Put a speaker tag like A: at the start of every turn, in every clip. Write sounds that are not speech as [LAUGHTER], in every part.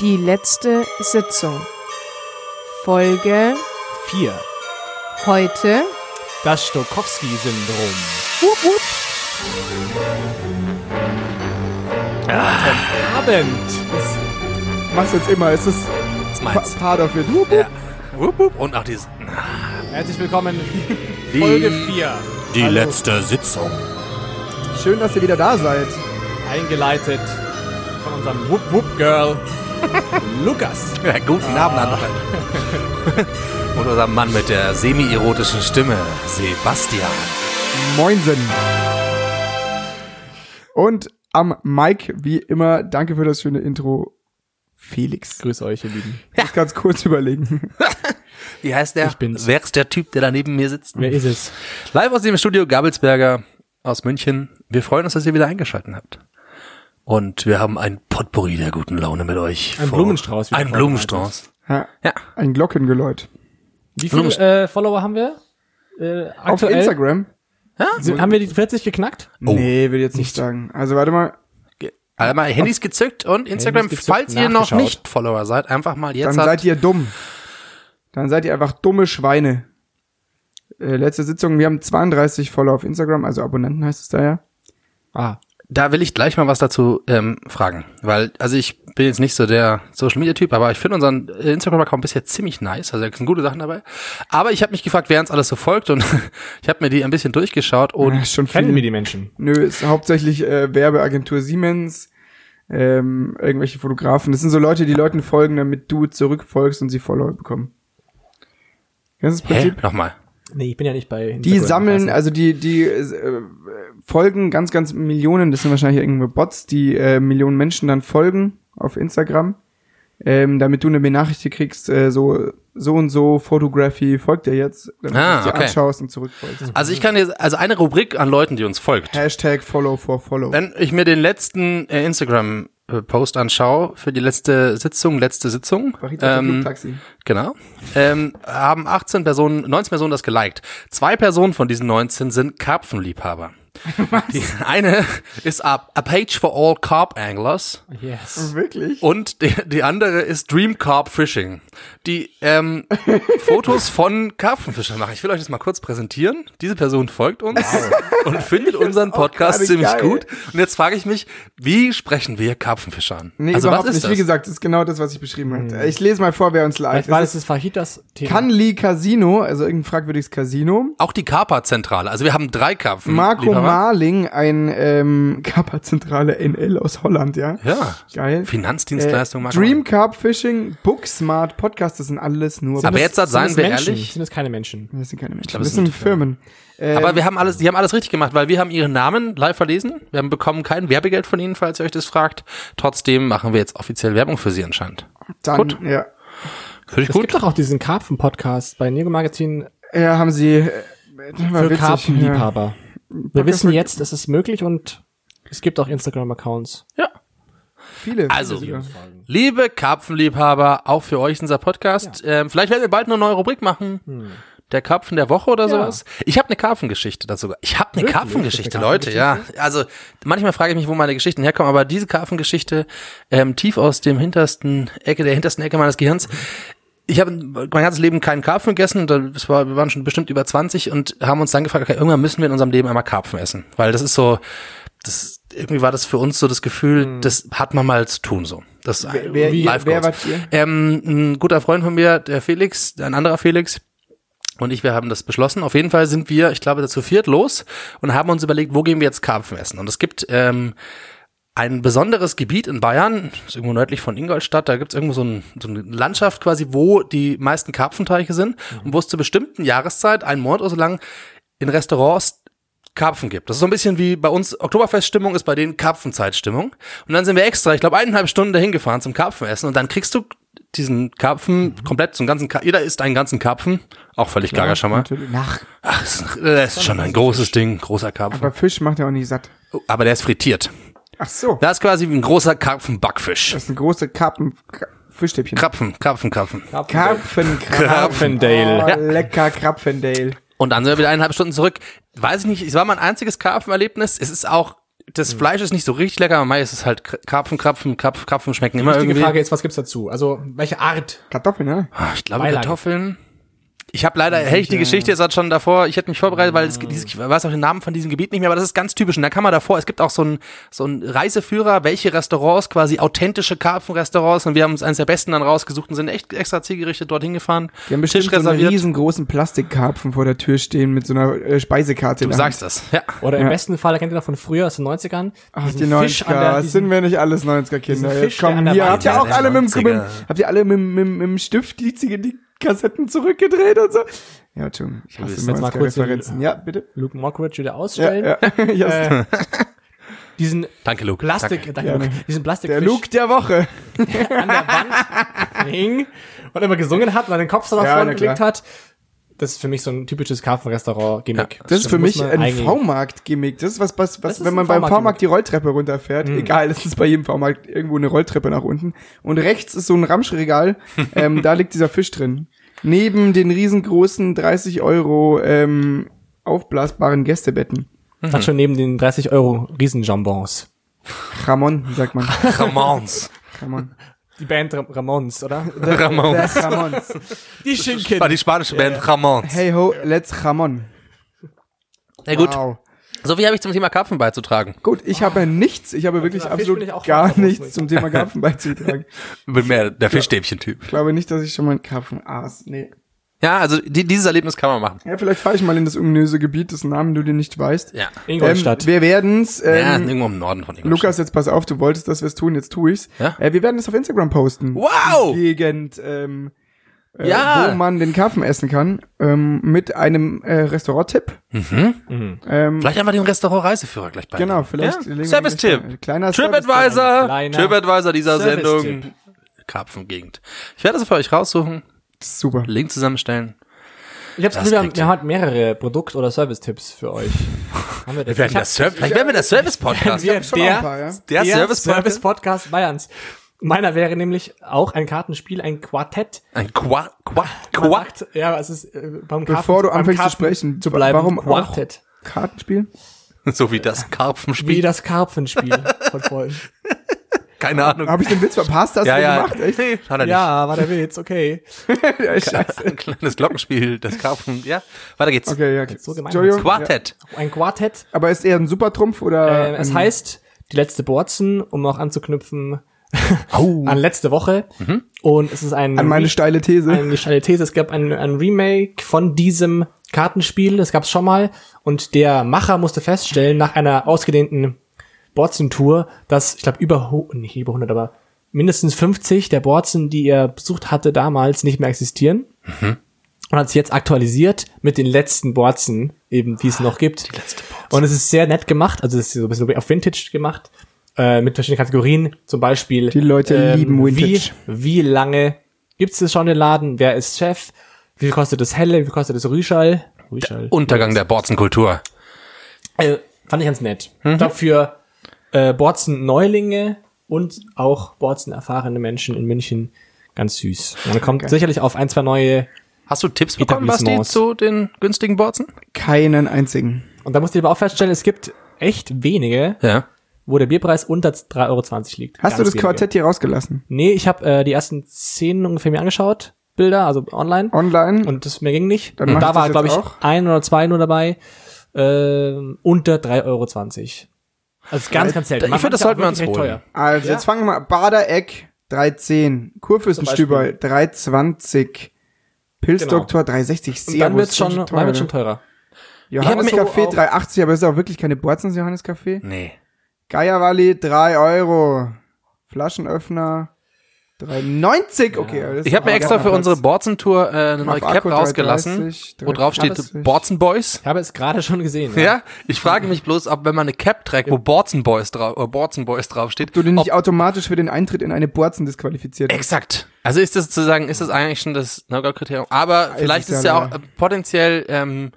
A: Die letzte Sitzung. Folge
B: 4.
A: heute.
B: Das Stokowski-Syndrom.
A: Wup, wup.
B: Abend.
C: Mach's jetzt immer, es ist
D: Das
C: pa
D: meins.
C: Part of it. Wup, wup.
D: Ja. Wupp, wupp. Und auch dieses.
B: Herzlich [LAUGHS] willkommen. Folge 4.
D: Die
C: Hallo.
D: letzte Sitzung.
C: Schön, dass ihr wieder da seid.
B: Eingeleitet von unserem Whoop Whoop Girl Lukas.
D: Ja, guten Abend, André.
B: Ah.
D: [LAUGHS] Und unser Mann mit der semi-erotischen Stimme, Sebastian.
C: Moinsen. Und am Mike, wie immer, danke für das schöne Intro. Felix.
B: Grüß euch, ihr Lieben.
C: Ich muss ganz kurz überlegen.
D: Wie heißt der?
B: Ich bin's.
D: Wer ist der Typ, der da neben mir sitzt?
B: Wer ist es?
D: Live aus dem Studio Gabelsberger aus München. Wir freuen uns, dass ihr wieder eingeschalten habt. Und wir haben ein Potpourri der guten Laune mit euch.
B: Ein
D: vor-
B: Blumenstrauß wieder
D: Ein Blumenstrauß.
C: Ja,
D: Ja.
C: ein Glockengeläut.
B: Wie viele
D: Blumenst-
B: äh, Follower haben wir? Äh,
C: Auf
B: aktuell?
C: Instagram?
B: Sind, haben wir die 40 geknackt?
D: Oh.
C: Nee, will jetzt nicht sagen. Also warte mal,
D: Alle mal Handys gezückt und Instagram,
B: gezückt,
D: falls ihr noch
B: nachgeschaut.
D: nicht Follower seid, einfach mal jetzt. halt
C: dann
D: habt-
C: seid ihr dumm. Dann seid ihr einfach dumme Schweine. Äh, letzte Sitzung, wir haben 32 Follower auf Instagram, also Abonnenten heißt es da ja.
B: Ah.
D: Da will ich gleich mal was dazu ähm, fragen, weil also ich bin jetzt nicht so der Social Media Typ, aber ich finde unseren Instagram Account bisher ziemlich nice, also da sind gute Sachen dabei. Aber ich habe mich gefragt, wer uns alles so folgt und [LAUGHS] ich habe mir die ein bisschen durchgeschaut und
C: Ja, schon
B: Kennen
C: viel.
B: wir die Menschen?
C: Nö, ist hauptsächlich äh, Werbeagentur Siemens, ähm, irgendwelche Fotografen. Das sind so Leute, die Leuten folgen, damit du zurückfolgst und sie Follower bekommen. Ganz das
D: hä,
C: Prinzip.
D: nochmal.
B: Nee, ich bin ja nicht bei Instagram.
C: Die sammeln,
B: Also,
C: also die, die äh, folgen ganz, ganz Millionen, das sind wahrscheinlich irgendwo Bots, die äh, Millionen Menschen dann folgen auf Instagram, ähm, damit du eine Benachrichtigung kriegst, äh, so, so und so, Photography folgt dir jetzt, damit
D: Ah,
C: du es dir
D: okay.
C: anschaust und zurückfolgst.
D: Also ich kann jetzt also eine Rubrik an Leuten, die uns folgt.
C: Hashtag follow for follow.
D: Wenn ich mir den letzten äh, Instagram äh, Post anschaue für die letzte Sitzung, letzte Sitzung.
C: Barista
D: Ähm,
C: Flugtaxi.
D: Genau. Ähm, haben 18 Personen, 19 Personen das geliked. Zwei Personen von diesen 19
C: [LAUGHS]
D: sind Karpfenliebhaber. Die eine ist a, a Page for All Carp Anglers
B: yes.
C: Wirklich?
D: und die, die andere ist Dream Carp Fishing, die
C: [LAUGHS]
D: ähm, Fotos von Karpfenfischern machen. Ich will euch das mal kurz präsentieren. Diese Person folgt uns und
C: [LAUGHS]
D: findet unseren Podcast
C: gerade
D: ziemlich
C: geil.
D: gut. Und jetzt frage ich mich, wie sprechen wir Karpfenfischer an?
C: Nee,
D: also
C: überhaupt
D: was ist
C: nicht. Wie gesagt, das ist genau das, was ich beschrieben habe. Ich lese mal vor, wer uns liked.
B: Vielleicht war
C: Es
B: das das Fajitas-Thema.
C: ist Canli Casino, also irgendein fragwürdiges Casino.
D: das? Auch die Karpa-Zentrale. Also wir haben drei Karpfen.
C: Marco
D: lieber Mann.
C: Marling, ein ähm, [LAUGHS] Kappa-Zentrale NL aus Holland, ja.
D: Ja.
C: Geil.
D: Finanzdienstleistung machen.
C: Äh, Dream Carp Fishing, Book Smart, Podcast, das sind alles nur.
D: Aber jetzt seien
B: das
D: wir
B: Menschen?
D: ehrlich.
B: Sind das keine Menschen?
C: das sind keine Menschen.
D: glaub,
C: das
D: es sind
C: sind Firmen.
D: Aber wir haben alles, die haben alles richtig gemacht, weil wir haben ihren Namen live verlesen. Wir haben bekommen kein Werbegeld von ihnen, falls ihr euch das fragt. Trotzdem machen wir jetzt offiziell Werbung für sie anscheinend.
C: Dann,
D: gut.
C: ja.
D: Finde ich
B: Es gibt
D: gut.
B: doch auch diesen Karpfen-Podcast bei Neo Magazin
C: Ja, haben sie. Äh, war
B: für
C: witzig, ja.
B: Karpfenliebhaber. Wir wissen jetzt, es ist möglich und es gibt auch Instagram-Accounts.
D: Ja.
C: Viele.
D: Also,
C: viele sogar.
D: liebe Karpfenliebhaber, auch für euch ist unser Podcast. Ähm, vielleicht werden wir bald eine neue Rubrik machen. Der Karpfen der Woche oder sowas. Ich habe eine Karpfengeschichte dazu. Ich habe eine Karpfengeschichte, Leute, ja. Also manchmal frage ich mich, wo meine Geschichten herkommen, aber diese Karpfengeschichte ähm, tief aus dem hintersten Ecke der hintersten Ecke meines Gehirns ich habe mein ganzes Leben keinen Karpfen gegessen. Da- Das war, wir waren schon bestimmt über 20 und haben uns dann gefragt, okay, irgendwann müssen wir in unserem Leben einmal Karpfen essen. Weil das ist so, das, irgendwie war das für uns so das Gefühl, das hat man mal zu tun, so. Das,
C: Hm. wer-
D: Life
C: wer wart
D: Goals.
C: ihr?
D: Ähm, ein guter Freund von mir, der Felix, ein anderer Felix, und ich, wir haben das beschlossen. Auf jeden Fall sind wir, ich glaube, zu viert los und haben uns überlegt, wo gehen wir jetzt Karpfen essen. Und es gibt ähm, ein besonderes Gebiet in Bayern, ist irgendwo nördlich von Ingolstadt, da gibt's irgendwo so, ein, so eine Landschaft quasi, wo die meisten Karpfenteiche sind und wo es zur bestimmten Jahreszeit, einen Monat oder so lang, in Restaurants Karpfen gibt. Das ist so ein bisschen wie bei uns Oktoberfeststimmung ist bei denen Karpfenzeitstimmung. Und dann sind wir extra, ich glaube, eineinhalb Stunden dahin gefahren zum Karpfenessen und dann kriegst du diesen Karpfen komplett, so einen ganzen Karpfen, jeder isst einen ganzen Karpfen, auch völlig gaga schon mal.
C: Natürlich. Nach.
D: Ach, das ist, das ist schon ein großes Ding, großer Karpfen.
C: Aber Fisch macht ja auch nicht satt.
D: Oh, Aber der ist frittiert.
C: Ach so.
D: Das ist quasi wie ein großer Karpfenbackfisch.
C: Das sind große Karpen. K- Fischstäbchen.
D: Krapfen, Krapfen, Krapfen.
C: Karpfen,
B: Karpfendale.
C: Oh, lecker Karpfendale.
D: Und dann sind wir wieder eineinhalb Stunden zurück. Weiß ich nicht, es war mein einziges Karpfenerlebnis. Es ist auch
C: Mhm.
D: das Fleisch ist nicht so richtig lecker, aber Mai ist es halt K- Karpfen, Krapfen, Karpfen, Krapfen schmecken immer
B: Wichtige
D: irgendwie.
B: Frage ist, was gibt's dazu? Also, welche Art?
C: Kartoffeln, ne? ja?
D: Ah, Ich glaube
B: Beilage.
D: Kartoffeln. Ich habe leider, hätte ich die Geschichte jetzt halt schon davor, ich hätte mich vorbereitet, weil es,
C: Mhm.
D: dieses, ich weiß auch den Namen von diesem Gebiet nicht mehr, aber das ist ganz typisch. Und da kann man davor, es gibt auch so einen so einen Reiseführer, welche Restaurants, quasi authentische Karpfenrestaurants und wir haben uns eines der besten dann rausgesucht und sind echt extra zielgerichtet dorthin gefahren.
C: Die haben bestimmt so einen riesengroßen Plastikkarpfen vor der Tür stehen mit so einer äh, Speisekarte. in
D: Du
C: der
D: sagst das, ja.
B: Oder im
C: Ja.
B: besten Fall, kennt ihr noch von früher, aus den 90ern?
C: Ach, die
B: diesen Fisch an der-
C: 90er,
B: diesen-
C: sind wir nicht alles 90er Kinder.
B: diesen
C: Jetzt
B: Fisch, der an
C: kommen
B: der
C: wir.
B: Wand
C: Habt ihr auch
D: ist,
C: alle mit dem,
D: 90er.
C: Krümmel, habt ihr alle mit, dem- mit, dem- mit dem Stift die, Ziege- die Kassetten zurückgedreht und so? Ja, Entschuldigung, ich hasse
D: willst
B: jetzt mal kurz
C: 90er-Referenzen.
B: den-
C: Ja, bitte.
B: Luke Mockridge wieder ausstellen.
C: Ja, ja. [LAUGHS] ja.
B: Äh, diesen
D: Danke, Luke.
B: Plastik,
D: Danke.
B: danke, Luke, diesen Plastikfisch
C: ne. der Luke der Woche.
B: an der
C: [LAUGHS]
B: Wand hing und immer gesungen hat, weil den Kopf so nach
C: Ja,
B: vorne
C: na klar.
B: gelegt hat. Das ist für mich so ein typisches Karpfenrestaurant-Gimmick.
D: Ja,
C: Das ist für
B: muss
C: mich
B: man
C: ein
B: eigentlich-
C: V-Markt-Gimmick. Das ist was, was,
B: Das
C: was
B: ist
C: wenn
B: ein
C: man beim
B: V-Markt-Gimmick. Hm.
C: V-Markt die Rolltreppe runterfährt, egal, es ist bei jedem V-Markt irgendwo eine Rolltreppe nach unten. Und rechts ist so
B: [LAUGHS]
C: ein Ramschregal, ähm, da liegt dieser Fisch drin. Neben den riesengroßen 30 Euro ähm, aufblasbaren Gästebetten.
B: Hat schon neben den 30 Euro Riesenjambons.
C: Ramon, sagt man.
D: Ramons.
B: [LAUGHS]
C: Ramon.
B: Die Band Ra- Ramones,
D: [LAUGHS]
B: oder? Oh. [LAUGHS]
D: Ramons.
C: Ramons.
B: Die Schinken.
D: War Ah, die spanische Band Ramons.
C: Hey ho, let's Ramon.
D: Na gut,
C: Wow.
D: so viel habe ich zum Thema Karpfen beizutragen.
C: Gut, ich habe nichts, ich habe wirklich
B: dieser Fisch
C: absolut
B: bin ich auch
C: gar
B: verantwortlich.
C: nichts
B: [LAUGHS]
C: zum Thema Karpfen beizutragen.
D: Ich bin mehr der Fischstäbchen-Typ.
C: Ich glaube nicht, dass ich schon mal einen Karpfen aß. Nee.
D: Ja, also die, dieses Erlebnis kann man machen.
C: Ja, vielleicht fahre ich mal in das ominöse Gebiet, dessen Namen du dir nicht weißt.
D: Ja.
B: Ingolstadt.
C: Ähm, wir werden's.
D: ja,
C: Ähm,
D: irgendwo im Norden von Ingolstadt.
C: Lukas, jetzt pass auf, du wolltest, dass wir's tun, jetzt tu ich's.
D: Ja.
C: Äh, wir werden es auf Instagram posten.
D: Wow!
C: Die Gegend, ähm, äh,
D: Ja.
C: wo man den Karpfen essen kann, ähm, mit einem äh, Restaurant-Tipp. Ähm,
D: Vielleicht einfach den Restaurant-Reiseführer gleich bei.
C: genau, vielleicht.
D: Ja?
C: legen wir gleich- äh,
D: Service-Tipp.
C: Kleiner
B: ein
D: TripAdvisor.
B: kleiner
D: TripAdvisor dieser
B: Service-Tipp.
D: Sendung. Karpfengegend. Ich werde das für euch raussuchen,
C: Service-Tipp. Super.
D: Link zusammenstellen.
B: ich hab's
D: das
B: Gefühl, wir haben,
D: kriegt
B: wir haben mehrere Produkt- oder Service-Tipps für
D: [LAUGHS]
B: euch. haben wir das?
D: Vielleicht
B: Ich hab-
D: werden wir, Vielleicht werden wir der Service-Podcast.
B: wir
C: schon
B: der,
C: ein paar, ja.
D: Der
B: der,
D: Service-Podcast.
B: Service-Podcast Bayerns. Meiner wäre nämlich auch ein Kartenspiel, ein Quartett.
D: Ein Qua, Qua,
B: Man
D: Qua.
B: sagt, ja, es ist äh, beim Karten,
C: Bevor du
B: beim
C: anfängst zu
B: Karten
C: sprechen,
B: zu bleiben,
C: warum auch?
B: Quartett.
C: Kartenspiel?
D: So wie das
B: Wie
D: Karpfenspiel.
B: das Karpfenspiel von vorhin.
D: Keine Ahnung.
C: Habe ich den Witz verpasst? Hast
D: ja,
C: du den
D: [LAUGHS] ja.
C: gemacht?
D: [LAUGHS]
C: Echt?
D: Nee, hat er nicht.
B: Ja, war der Witz, okay.
C: Ja, scheiße.
D: Ein kleines Glockenspiel, das Karpfen. Ja, weiter geht's.
C: Okay, ja.
B: so gemein.
C: Entschuldigung.
D: Quartett.
B: Ein Quartett.
C: Aber ist eher ein Supertrumpf oder? ähm,
B: Äh, es
C: ein-
B: heißt Die letzte Borzen, um noch anzuknüpfen [LAUGHS] an letzte Woche. Und es ist ein
C: Mhm. An meine
B: Re-
C: steile These.
B: eine steile These. Es gab ein, ein Remake von diesem Kartenspiel. Das gab es schon mal. Und der Macher musste feststellen, nach einer ausgedehnten Borzen-Tour, dass, ich glaube, über, hu- nicht über 100, aber mindestens 50 der Borzen, die er besucht hatte damals, nicht mehr existieren. Und hat sie jetzt aktualisiert mit den letzten Borzen, eben, die es noch gibt. Die letzte Und es ist sehr nett gemacht. Also, es ist so ein bisschen auf Vintage gemacht. Äh, mit verschiedenen Kategorien. Zum Beispiel. ähm,
C: Die Leute lieben Vintage.
B: Wie wie lange gibt's das schon den Laden, wer ist Chef, wie viel kostet das Helle, wie viel kostet das Rüschal? Rüschal.
D: Untergang der Borzenkultur.
B: äh, fand ich ganz nett.
C: Mhm.
B: Ich glaube, für äh, Borzen-Neulinge und auch Borzen-erfahrene Menschen in München ganz süß. Man kommt sicherlich auf ein, zwei neue
D: Hast du Tipps bekommen, Basti,
B: Etablissements.
D: zu den günstigen Borzen?
C: Keinen einzigen.
B: und da musst du dir aber auch feststellen, es gibt echt wenige,
D: Ja.
B: wo der Bierpreis unter 3,20 Euro liegt.
C: Hast
B: Ganz
C: du das
B: wenige.
C: Quartett hier rausgelassen?
B: Nee, ich habe äh, die ersten zehn ungefähr mir angeschaut, Bilder, also online.
C: Online?
B: und das mir ging nicht.
C: Dann
B: und
C: macht
B: da
C: das
B: war,
C: jetzt
B: glaube ich,
C: auch.
B: ein oder zwei nur dabei. ähm, unter 3,20 Euro. Also ist ganz, ganz selten.
D: Ich
B: Man
D: finde, das
B: macht
D: sollten wir
B: ja
D: uns
B: wirklich
D: holen.
B: recht teuer.
C: also, jetzt fangen wir mal. Badereck 310, Kurfürstenstüberl 320, Pilzdoktor 360.
B: Genau. Und dann
C: Servus,
B: wird es schon,
C: ganz
B: dann wird's schon
C: teuer. ne?
B: teurer.
C: Johannes
D: Ich hab mir-
C: Café 380, aber ist auch wirklich keine Borzens Johannes Café.
D: Nee.
C: Geierwalli 3 Euro, Flaschenöffner 390. Okay, aber das
D: Ich
C: ist
D: habe mir
C: ein
D: extra für
C: Platz.
D: unsere Borzentour äh, eine neue
C: Auf
D: Cap
C: Akku
D: rausgelassen,
C: 330,
D: wo drauf steht
C: 330.
D: Borzen Boys.
B: Ich habe es gerade schon gesehen.
D: Ja. ich frage mich bloß, ob wenn man eine Cap trägt, wo Borzen Boys drauf, äh, Borzen Boys draufsteht,
C: Du den
D: ob,
C: nicht automatisch für den Eintritt in eine Borzen disqualifiziert.
D: exakt. Also ist das sozusagen, ist das eigentlich schon das No-Go-Kriterium? Aber vielleicht
C: es
D: ist ja
C: ja,
D: auch äh, potenziell ähm,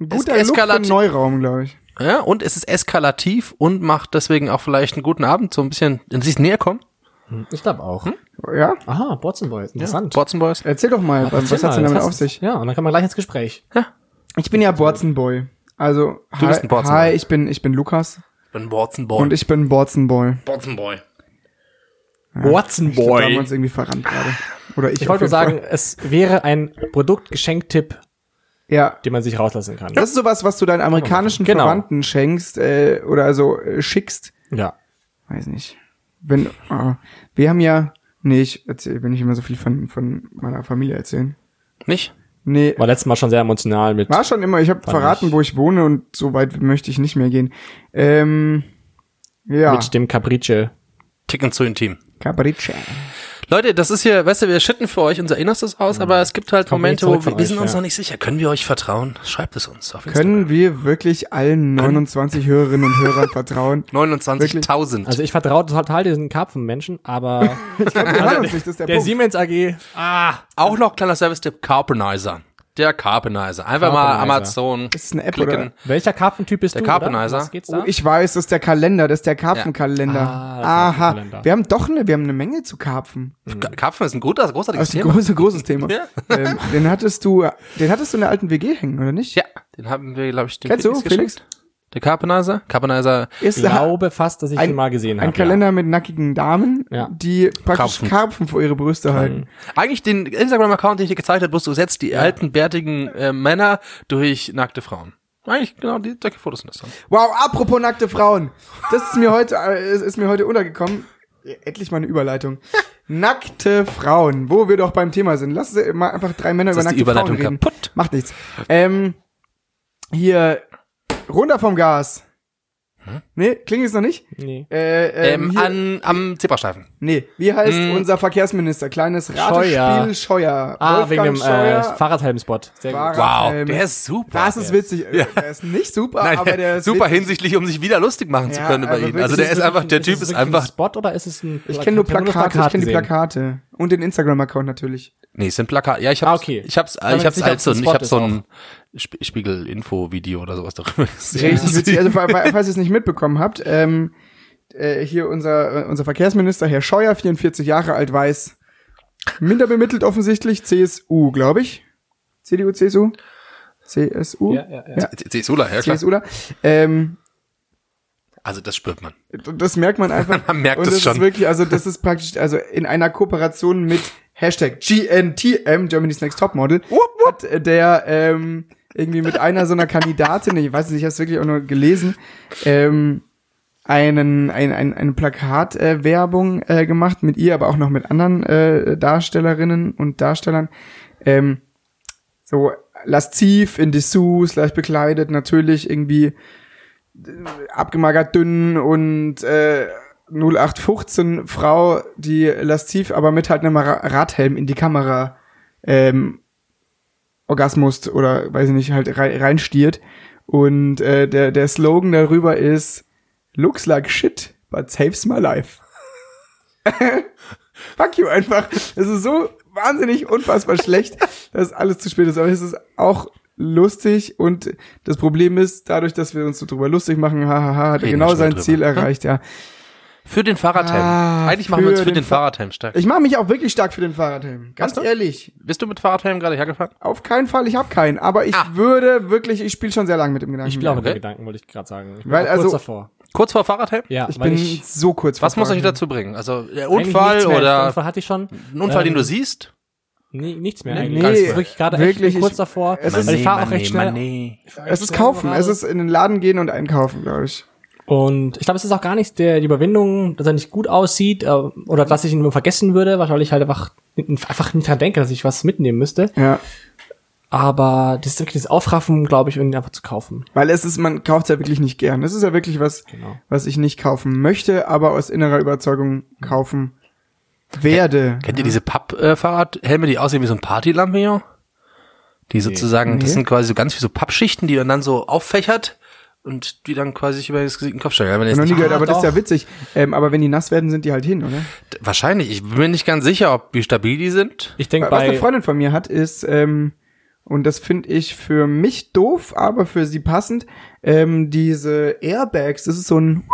C: Ein
D: Es-
C: guter Look für
D: Eskalat-
C: Neuraum, glaube ich.
D: Ja, und es ist eskalativ und macht deswegen auch vielleicht einen guten Abend, so ein bisschen, in sich näher kommen.
B: Ich glaube auch.
C: Hm? Ja?
B: Aha, Botzenboy, interessant.
D: Borzen Boys.
C: Erzähl doch mal, was,
B: Erzähl
C: was hat's
B: mal,
C: denn damit
B: was
C: auf
B: hast-
C: sich?
B: Ja, und dann kann man gleich ins Gespräch.
C: Ich bin ja Borzenboy. Also,
D: Du bist ein Borzenboy.
C: hi, ich bin, ich bin Lukas.
D: bin Watson Boy.
C: Und ich bin Borzen Boy.
D: Watson Boy.
B: Watson
C: Ich glaub, Da haben wir uns
B: Boy.
C: irgendwie verrannt gerade. Oder ich.
B: Ich wollte nur
C: auf jeden
B: sagen, es wäre ein Produktgeschenktipp,
C: Fall. Ja.
B: den man sich rauslassen kann.
C: Das ist sowas, was du deinen amerikanischen
B: Genau.
C: Verwandten schenkst äh, oder also äh, schickst.
B: Ja.
C: Weiß nicht. Wenn ah, wir haben ja, nee, ich erzähl, will nicht immer so viel von von meiner Familie erzählen.
D: Nicht?
C: Nee,
B: War letztes Mal schon sehr emotional mit.
C: War schon immer. Ich habe verraten,
B: ich.
C: wo ich wohne und so weit möchte ich nicht mehr gehen. Ähm, ja.
B: Mit dem Caprice.
D: Ticken zu intim.
C: Capriccia.
D: Leute, das ist hier, weißt du, wir schütten für euch unser Innerstes aus, aber es gibt halt
B: Kommt nicht
D: Momente,
B: zurück
D: wo
B: von
D: wir, wir sind
B: euch,
D: uns
B: ja.
D: noch nicht sicher. Können wir euch vertrauen? Schreibt es uns auf Instagram.
C: Können wir wirklich allen 29 Hörerinnen und Hörern
D: [LAUGHS]
C: vertrauen?
D: 29.000.
B: Also ich vertraue total diesen Karpfenmenschen,
C: [LAUGHS]
B: aber
C: Wir hören uns nicht, das ist der,
B: der
C: Punkt.
B: Siemens AG. Ah.
D: Auch noch kleiner Service-Tipp, Carbonizer. Der Carbonizer. Einfach mal
B: Carbonizer.
D: Amazon
C: Das ist eine App,
D: klicken.
C: oder?
B: Welcher Karpfentyp bist
D: Der
B: du?
D: Karpenizer.
B: oder? Was geht's da?
C: Oh, ich weiß, das ist der Kalender, das ist der Karpfenkalender.
B: Ah, das ist der
C: Aha.
B: Karpfenkalender.
C: Wir haben doch eine, wir haben eine Menge zu Karpfen.
D: Ka- Karpfen ist ein guter,
C: Das
D: großartiges
C: ist ein
D: Thema.
C: großes, großes Thema.
D: [LAUGHS] Ja.
C: ähm, den hattest du, den hattest du in der alten WG hängen, oder nicht?
D: ja, den haben wir, glaube ich, den
C: Kennst du, Felix?
D: geschenkt. Der Carbonizer. Carbonizer.
C: Ist
B: Ich
D: genau.
B: glaube fast, dass ich
C: Ein-
B: ihn mal gesehen habe.
C: ein Kalender mit nackigen Damen,
B: Ja.
C: die praktisch
D: Karpfen.
C: Karpfen. vor ihre Brüste halten.
D: Eigentlich den Instagram-Account, den ich dir gezeigt habe, bloß du setzt die alten, bärtigen äh, Männer durch nackte Frauen. Eigentlich genau, die solche Fotos sind das dann.
C: Wow, apropos nackte Frauen. Das ist mir heute, äh, es ist mir heute untergekommen. Endlich mal eine
D: [LAUGHS]
C: Überleitung. Nackte Frauen, wo wir doch beim Thema sind. Lass uns mal einfach drei Männer
D: Jetzt
C: über
D: ist die
C: nackte Frauen
D: Überleitung
C: reden.
D: kaputt.
C: Macht nichts. Ähm, hier, runter vom Gas. Nee, klingt es noch nicht?
B: Nee.
C: Äh, ähm,
D: Hm? Ähm,
C: hier,
D: an, Hm. am Zebrastreifen.
C: nee, wie heißt unser Verkehrsminister? Kleines
B: Scheuer.
C: Ratespiel, Scheuer. Scheuer.
B: Ah, wegen dem äh,
C: Scheuer.
B: Fahrradhelm-Spot. Sehr
C: Fahrrad-
B: gut.
D: Wow,
C: Ähm,
D: der ist super.
C: das ist witzig. Ja. Der ist nicht super,
D: [LAUGHS] Nein,
C: aber der ist
D: super
C: witzig.
D: hinsichtlich, um sich wieder lustig machen zu
C: Ja,
D: können über
C: also
D: ihn. Also
C: wirklich,
D: der ist einfach, der Typ
B: es
D: ist
B: wirklich
D: einfach,
B: Ein Spot oder ist es ein
C: Ich kenne nur
B: hab das
C: Plakate, ich kenne die
B: gesehen.
C: Plakate. Und den Instagram-Account natürlich.
D: nee, es sind Plakate. Ja, ich hab's,
B: Ah, okay.
D: ich hab's,
B: Kann man
D: ich hab's
B: jetzt nicht
D: halt so,
B: auf den
D: ich
B: Spot
D: hab so
B: ist
D: ein Sp- Spiegel-Info-Video oder sowas darüber [LAUGHS]
B: [LAUGHS]
D: gesehen.
C: Richtig witzig.
D: [LAUGHS]
C: Also, fa- fa- falls ihr es nicht mitbekommen habt, ähm, äh, hier unser, äh, unser Verkehrsminister, Herr Scheuer, 44 Jahre alt, weiß. Minder bemittelt offensichtlich, CSU, glaube ich. CDU, CSU? CSU?
B: Ja, ja, ja.
D: CSUler, ja klar.
C: CSUler. Ähm,
D: Also das spürt man.
C: das merkt man einfach.
D: [LAUGHS] Man merkt
C: Und
D: es
C: das
D: schon.
C: ist wirklich, also das ist praktisch, also in einer Kooperation mit Hashtag GNTM, Germany's Next Topmodel, hat äh, der ähm, irgendwie mit einer so einer Kandidatin, ich weiß nicht, ich habe es wirklich auch nur gelesen, ähm, einen, ein, ein, eine Plakatwerbung äh, Werbung, äh, gemacht mit ihr, aber auch noch mit anderen äh, Darstellerinnen und Darstellern. Ähm, so lasziv, in Dessous, leicht bekleidet, natürlich irgendwie abgemagert dünn und äh, 0815 Frau, die lasziv, aber mit halt einem Ra- Radhelm in die Kamera ähm, Orgasmus oder weiß ich nicht, halt rein, reinstiert. Und äh, der, der Slogan darüber ist Looks like shit, but saves my life. [LAUGHS] Fuck you einfach. Es ist so wahnsinnig unfassbar schlecht, [LAUGHS] dass alles zu spät ist. Aber es ist auch lustig und das Problem ist, dadurch, dass wir uns so drüber lustig machen, hahaha, hat er
D: Reden
C: genau
D: wir schnell
C: sein
D: drüber.
C: Ziel erreicht, ja.
D: Für den Fahrradhelm.
C: Ah,
D: Eigentlich machen wir uns
C: für
D: für den,
C: den Fa-
D: Fahrradhelm stark.
C: Ich mache mich auch wirklich stark für den Fahrradhelm. Ganz
D: Hast du?
C: ehrlich.
D: Bist du mit Fahrradhelm gerade hergefahren?
C: Auf keinen Fall, ich habe keinen. Aber
D: Ah.
C: ich würde wirklich, ich spiele schon sehr lange mit dem Gedanken.
B: Ich bin auch mit dem
D: Okay.
B: Gedanken, wollte ich gerade sagen. Ich bin
C: Weil
B: auch
C: also-
B: kurz davor.
D: Kurz vor Fahrradhelm?
B: Ja,
C: ich
B: weil
C: bin
B: ich
C: so kurz
D: Was
C: vor
D: muss euch
C: Fahrradhelm.
D: dazu bringen? Also der
B: eigentlich
D: Unfall
B: nichts mehr.
D: oder
B: Unfall hatte ich schon.
D: ein Unfall, den
B: Ähm,
D: du siehst?
B: Nee, nichts mehr
D: Nee,
B: eigentlich.
C: nee,
B: Es ist wirklich gerade echt
C: wirklich,
B: kurz
C: ich-
B: davor.
C: es
B: weil
C: ist-
B: ich fahre auch recht schnell.
C: Es ist kaufen, es ist in den Laden gehen und einkaufen, glaube ich.
B: Und ich glaube, es ist auch gar nicht der, die Überwindung, dass er nicht gut aussieht äh, oder dass ich ihn nur vergessen würde, weil ich halt einfach, einfach nicht dran denke, dass ich was mitnehmen müsste.
C: Ja.
B: Aber das ist wirklich das Aufraffen, glaube ich, um ihn einfach zu kaufen.
C: Weil es ist, man kauft ja wirklich nicht gern. Es ist ja wirklich was,
B: Genau.
C: was ich nicht kaufen möchte, aber aus innerer Überzeugung kaufen werde.
D: Kennt ihr diese Papp-Fahrradhelme, die aussehen wie so ein Partylampion? Die sozusagen, das
C: Nee.
D: sind quasi so ganz wie so Pappschichten, die man dann so auffächert und die dann quasi sich über das Gesicht in den Kopf stellen. Ja, wenn ihr
C: Ich
D: jetzt
C: noch nie
D: nicht-
C: gehört, aber das ist ja
B: Ah, doch.
C: witzig. Ähm, aber wenn die nass werden, sind die halt hin, oder?
D: Wahrscheinlich. Ich bin mir nicht ganz sicher, ob wie stabil die sind.
B: Ich denke
C: Äh, Was eine
B: bei,
C: Freundin von mir hat, ist, ähm, und das finde ich für mich doof, aber für sie passend, ähm, diese Airbags, das ist so ein,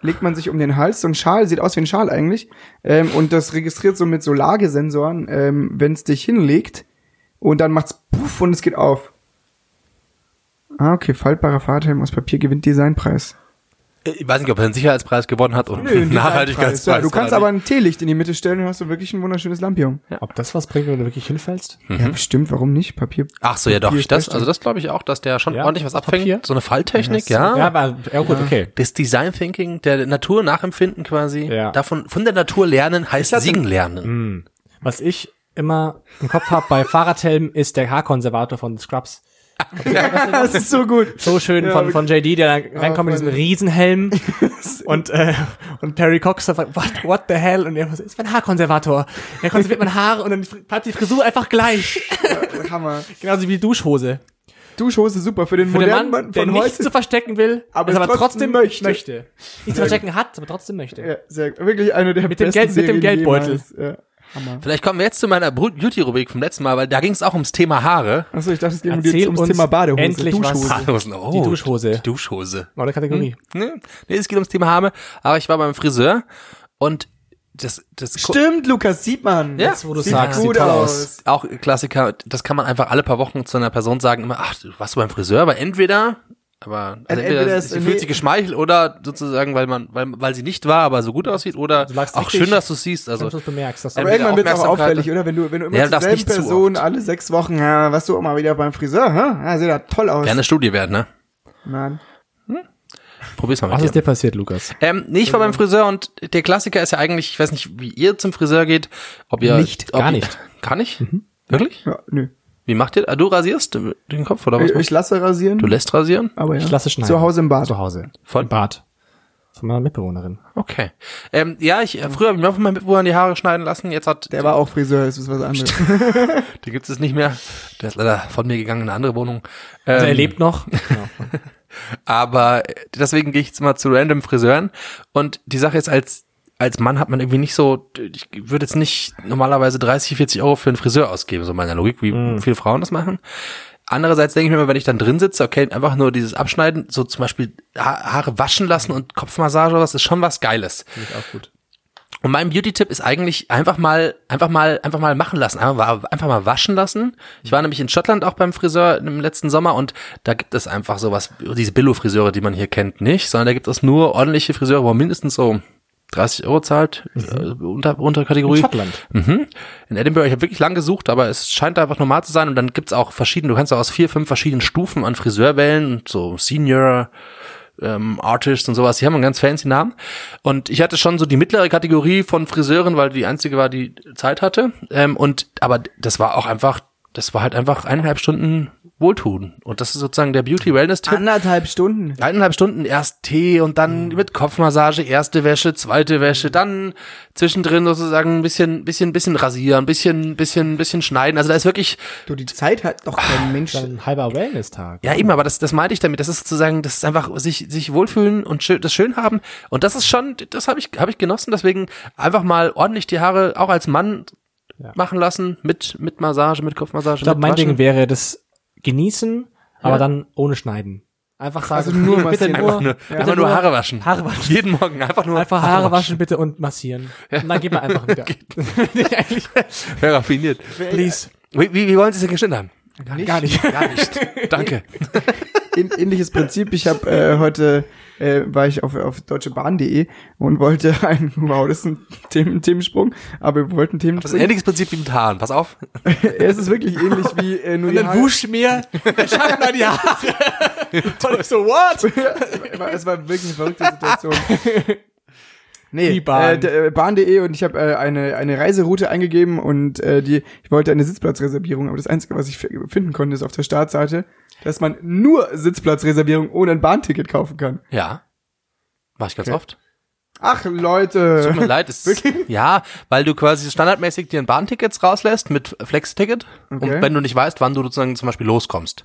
C: legt man sich um den Hals, so ein Schal, sieht aus wie ein Schal eigentlich, ähm, und das registriert so mit Solargesensoren, ähm, wenn es dich hinlegt, und dann macht's puff und es geht auf. Ah, okay, faltbarer Fahrradhelm aus Papier gewinnt Designpreis.
D: Ich weiß nicht, ob er den Sicherheitspreis gewonnen hat und einen [LAUGHS] Nachhaltigkeitspreis.
C: Äh, Ja, du kannst
D: gerade.
C: aber ein Teelicht in die Mitte stellen und hast du wirklich ein wunderschönes Lampion.
B: Ob das was bringt, wenn du wirklich hinfällst?
C: Ja, bestimmt, warum nicht? Papier.
D: Ach so, ja doch,
C: Papier
D: ich das,
C: ist
D: also das glaube ich auch, dass der schon
B: Ja,
D: ordentlich was
B: auf
D: abfängt.
B: Papier.
D: So eine Falltechnik, ja.
B: Ja, aber ja gut, okay.
D: Das Design Thinking, der Natur nachempfinden quasi.
B: Ja. Mhm.
D: Davon, von der Natur lernen heißt Siegen lernen.
B: Was ich immer im Kopf habe bei Fahrradhelmen ist der Haarkonservator von Scrubs.
C: [LAUGHS] Das ist so gut.
B: So schön
C: Ja, Ah,
B: von, von JD, der dann reinkommt mit diesem
C: voll. [LAUGHS]
B: Riesenhelm und, äh, und Terry Cox sagt, what, what the hell? Und er muss, ist mein Haarkonservator. Er konserviert meine Haare und dann fr- bleibt die Frisur einfach gleich.
C: Hammer.
B: Genauso wie die Duschhose.
C: Duschhose super für den
B: Für den
C: modernen
B: Mann,
C: Mann
B: der
C: von
B: nichts
C: heute.
B: zu verstecken will,
C: aber
B: es
C: es trotzdem möchte.
B: Nichts zu verstecken hat, aber trotzdem möchte.
C: Ja, sehr, wirklich eine der
B: Mit dem
C: besten
B: Geld- mit dem
C: Serien
B: Geldbeutel.
C: jemals. Ja, Hammer.
D: Vielleicht kommen wir jetzt zu meiner Bru- Beauty-Rubrik vom letzten Mal, weil da ging es auch ums Thema Haare.
C: Achso, ich dachte, es geht um
B: Erzähl
C: die, ums
B: uns
C: Thema Badehose.
B: endlich was.
C: Duschhose.
B: Ah.
D: Haarlosen, oh,
B: Die Duschhose.
D: Die Duschhose.
B: Neue Kategorie.
D: Nee, nee, es geht ums Thema Haare, aber ich war beim Friseur und das, das
C: Stimmt, Lukas, sieht man.
D: Ja.
B: Jetzt, wo du
C: Sieht
B: sagst,
C: gut
B: sieht toll
C: aus.
B: aus.
D: auch Klassiker, das kann man einfach alle paar Wochen zu einer Person sagen, immer, ach, du warst du beim Friseur, aber entweder, aber also entweder,
C: entweder ist-
D: sie fühlt
C: nee.
D: sich geschmeichelt oder sozusagen, weil man, weil, weil sie nicht war, aber so gut aussieht, oder
B: Du lagst
D: auch
B: Also richtig.
D: schön, dass du siehst. Also
B: Wenn du es bemerkst, dass du-
C: Aber
D: entweder
C: irgendwann wird es auch
D: Aufmerksamkeit-
C: auffällig, oder? Wenn du, wenn du immer
D: Ja, du
C: zur
D: darfst
C: selben
D: nicht zu
C: Person
D: oft.
C: alle sechs Wochen, ja, warst du immer wieder beim Friseur, hä? Ja, sieht ja toll aus.
D: Wäre eine Studie wert, ne?
C: Nein.
D: Probier's mal mit
B: Was
D: dir.
B: ist Äh, dir passiert, Lukas?
D: Ähm, nee, ich war beim Friseur und der Klassiker ist ja eigentlich, ich weiß nicht, wie ihr zum Friseur geht, ob ihr
B: Nicht,
D: ob
B: gar
D: ihr-
B: nicht.
D: [LAUGHS]
B: Mhm.
D: Gar nicht? Wirklich?
C: Ja, nö.
D: Wie macht ihr? Ah, du rasierst den Kopf oder was?
C: Ich, ich
D: machst
C: lasse rasieren,
D: du? Du lässt rasieren?
C: aber ja.
B: Ich lasse schneiden.
C: Zu Hause im Bad.
B: Zu Hause.
D: Von-
B: Im Bad. Von meiner Mitbewohnerin.
D: Okay. Ähm, ja, ich äh, früher habe ich mir auch von meinem Mitbewohner die Haare schneiden lassen. Jetzt hat
C: Der war auch Friseur, das ist was anderes.
B: [LAUGHS]
D: die gibt's es nicht mehr. Der ist leider von mir gegangen in eine andere Wohnung.
B: Also er
D: Ähm,
B: lebt [LAUGHS] noch.
D: aber äh, deswegen gehe ich jetzt mal zu random Friseuren und die Sache ist als als Mann hat man irgendwie nicht so, ich würde jetzt nicht normalerweise 30, 40 Euro für einen Friseur ausgeben, so meiner Logik, wie viele Frauen das machen. Andererseits denke ich mir mal, wenn ich dann drin sitze, okay, einfach nur dieses Abschneiden, so zum Beispiel ha Haare waschen lassen und Kopfmassage oder was, ist schon was Geiles.
B: auch gut.
D: Und mein Beauty-Tipp ist eigentlich einfach mal, einfach mal, einfach mal machen lassen, einfach, einfach mal waschen lassen. Ich war nämlich in Schottland auch beim Friseur im letzten Sommer und da gibt es einfach sowas, diese Billo-Friseure, die man hier kennt, nicht, sondern da gibt es nur ordentliche Friseure, wo man mindestens so 30 Euro zahlt, äh, unter,
B: Mhm.
D: unter
B: In
D: Kategorie.
B: Schottland.
D: Mhm. In Edinburgh, ich habe wirklich lang gesucht, aber es scheint da einfach normal zu sein. Und dann gibt's auch verschiedene, du kannst auch aus vier, fünf verschiedenen Stufen an Friseur wählen, so Senior, ähm, Artist und sowas. Die haben einen ganz fancy Namen. Und ich hatte schon so die mittlere Kategorie von Friseuren, weil die einzige war, die Zeit hatte. Ähm, und aber das war auch einfach, das war halt einfach eineinhalb Stunden Wohltun. Und das ist sozusagen der Beauty-Wellness-Tipp.
C: Anderthalb Stunden.
D: Eineinhalb Stunden erst Tee und dann
B: Mhm.
D: mit Kopfmassage, erste Wäsche, zweite Wäsche, dann zwischendrin sozusagen ein bisschen, bisschen, bisschen rasieren, bisschen, bisschen, bisschen schneiden. Also da ist wirklich,
C: Du, die Zeit hat doch kein Mensch.
B: Dann ein halber Wellness-Tag.
D: ja eben, aber das, das meinte ich damit. Das ist sozusagen, das ist einfach sich, sich wohlfühlen und schön, das schön haben. Und das ist schon, das habe ich, habe ich genossen. Deswegen einfach mal ordentlich die Haare auch als Mann
B: Ja.
D: machen lassen, mit, mit Massage, mit Kopfmassage,
B: Ich glaube,
D: mit
B: mein
D: Waschen.
B: Ding wäre das Genießen, aber dann ohne Schneiden. Einfach sagen,
C: Also
B: [LAUGHS]
C: nur
B: bitte
C: massieren.
B: nur,
D: Einfach nur,
B: bitte
D: einfach nur Haare waschen.
B: Haare waschen.
D: Jeden Morgen einfach nur
B: Einfach Haare waschen bitte und massieren. Und dann geht man einfach
D: [LAUGHS]
B: wieder. [LAUGHS] Eigentlich,
D: Sehr raffiniert.
B: please.
D: Wie, wie, wie wollen Sie es denn geschnitten haben?
B: Gar nicht.
D: Gar nicht. Danke.
C: Ähn- ähnliches Prinzip. Ich habe äh, heute äh, war ich auf, auf deutschebahn.de und wollte einen, wow, das ist ein [LAUGHS] Themen, Themensprung, aber wir wollten
D: Das ist ein
C: Themensprung.
D: ähnliches Prinzip wie mit Haaren. Pass auf.
C: [LAUGHS] es ist wirklich ähnlich wie äh, nur
B: Und
C: die
B: dann
C: Haare.
B: wusch mir der Schaffner die Haare. [LAUGHS] Und ich so, what?
C: war- [LAUGHS] es war wirklich eine
B: [LAUGHS]
C: verrückte Situation. Nee,
B: Die Bahn.
C: äh, der- äh, bahn.de und ich habe äh, eine, eine Reiseroute eingegeben und äh, die, ich wollte eine Sitzplatzreservierung, aber das Einzige, was ich f- finden konnte, ist auf der Startseite, dass man nur Sitzplatzreservierung ohne ein Bahnticket kaufen kann.
D: Ja. Mach ich ganz oft.
C: Ach,
D: Tut mir
C: Leute. [LAUGHS]
D: leid, ist ja, weil du quasi standardmäßig dir ein Bahntickets rauslässt mit Flex-Ticket und
C: Okay. Mhm.
D: wenn du nicht weißt, wann du sozusagen zum Beispiel loskommst,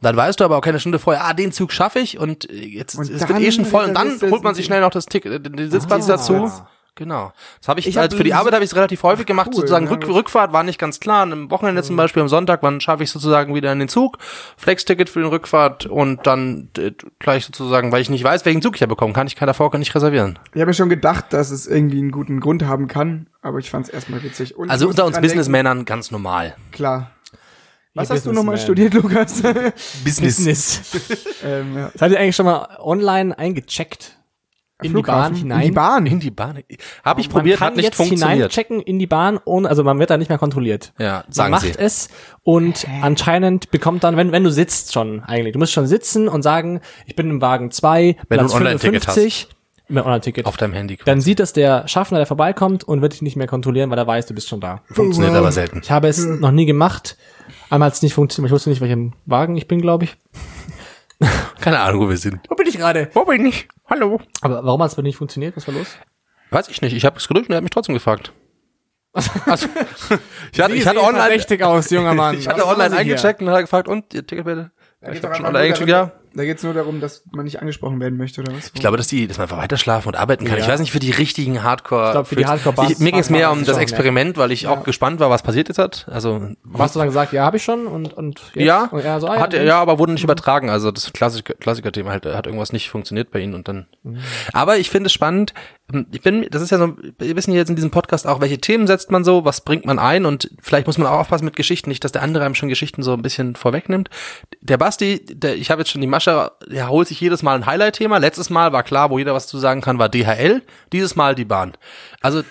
D: dann weißt du aber auch keine Stunde vorher, ah, den Zug schaffe ich und äh, jetzt
C: Und
D: ist es
C: dann-
D: eh schon voll und
C: dann
D: dann
C: ist es-
D: holt man sich schnell noch das Ticket, den- den Sitzplatz
B: Ah.
D: dazu. Genau. Das habe ich,
C: Ich hab
D: als für die
C: so-
D: Arbeit habe ich es relativ häufig gemacht,
C: cool,
D: sozusagen
C: ja, Mhm.
D: Rück,
C: das-
D: Rückfahrt war nicht ganz klar. Und am Wochenende zum Beispiel am Sonntag, wann schaffe ich sozusagen wieder in den Zug, Flex-Ticket für den Rückfahrt und dann äh, gleich sozusagen, weil ich nicht weiß, welchen Zug ich ja bekommen kann, ich kann davor gar nicht reservieren.
C: Ich habe ja schon gedacht, dass es irgendwie einen guten Grund haben kann, aber ich fand es erstmal witzig. Und
D: Also
C: ich Hm, muss
D: unter uns
C: dran denken,
D: Businessmännern ganz normal.
C: Klar. Was
B: Ihr
C: hast du nochmal
B: Businessman.
C: studiert, Lukas?
D: Business.
B: Business.
C: [LAUGHS] ähm, ja.
B: Seid ihr eigentlich schon mal online eingecheckt? in die
C: Flughafen.
B: Bahn hinein.
C: In die Bahn.
D: In die Bahn. Habe ich
B: Man
D: probiert,
B: kann
D: hat nicht
B: jetzt
D: funktioniert.
B: hineinchecken in die Bahn, ohne, also man wird da nicht mehr kontrolliert.
D: Ja,
B: Man
D: sagen
B: macht
D: Sie.
B: es und anscheinend bekommt dann, wenn, wenn du sitzt schon eigentlich, du musst schon sitzen und sagen, ich bin im Wagen 2,
D: Wenn du
B: Platz
D: ein Online-Ticket hast.
B: 55, mit Online-Ticket.
D: Auf deinem Handy.
B: Dann sieht das der Schaffner, der vorbeikommt und wird dich nicht mehr kontrollieren, weil er weiß, du bist schon da.
D: Funktioniert aber selten.
B: Ich habe es noch nie gemacht. Einmal hat es nicht funktioniert, ich wusste nicht, welchem Wagen ich bin, glaube ich.
D: Keine Ahnung, wo wir sind.
B: Wo bin ich gerade?
D: Wo bin ich? Hallo.
B: Aber warum hat es bei dir nicht funktioniert? Was war los?
D: Weiß ich nicht. Ich habe es gedrückt und er hat mich
B: [LAUGHS]
D: trotzdem gefragt. Also, ich hatte, ich
B: sehen
D: hatte online,
B: verdächtig aus, junger Mann.
D: [LAUGHS] ich hatte online eingecheckt und hat er gefragt, und ihr Ticket bitte? Ich hab schon online eingecheckt, ja.
C: Da geht's nur darum, dass man nicht angesprochen werden möchte, oder was?
D: Ich glaube, dass die, dass man einfach weiterschlafen und arbeiten kann.
B: Ja.
D: Ich weiß nicht, für die richtigen Hardcore. Ich
B: glaub, für die Hardcore-Bars-
D: Ich, mir ging es mehr
B: Bars-
D: um
B: ist
D: das
B: schon
D: Experiment, weil ich auch gespannt war, was passiert jetzt hat. Also,
B: Hast du dann gesagt, ja, habe ich schon und, und jetzt?
D: ja,
B: Und er so, ah,
D: hat,
B: ja,
D: er- ja, aber wurde nicht übertragen. Also das Klassik Klassiker-Thema halt, hat irgendwas nicht funktioniert bei ihnen und dann.
B: Mhm.
D: Aber ich finde es spannend. Ich bin, das ist ja so, ein bisschen jetzt in diesem Podcast auch, welche Themen setzt man so, was bringt man ein und vielleicht muss man auch aufpassen mit Geschichten, nicht, dass der andere einem schon Geschichten so ein bisschen vorwegnimmt. Der Basti, der, ich habe jetzt schon die Mascha, der holt sich jedes Mal ein Highlight-Thema. Letztes Mal war klar, wo jeder was zu sagen kann, war DHL. Dieses Mal die Bahn. Also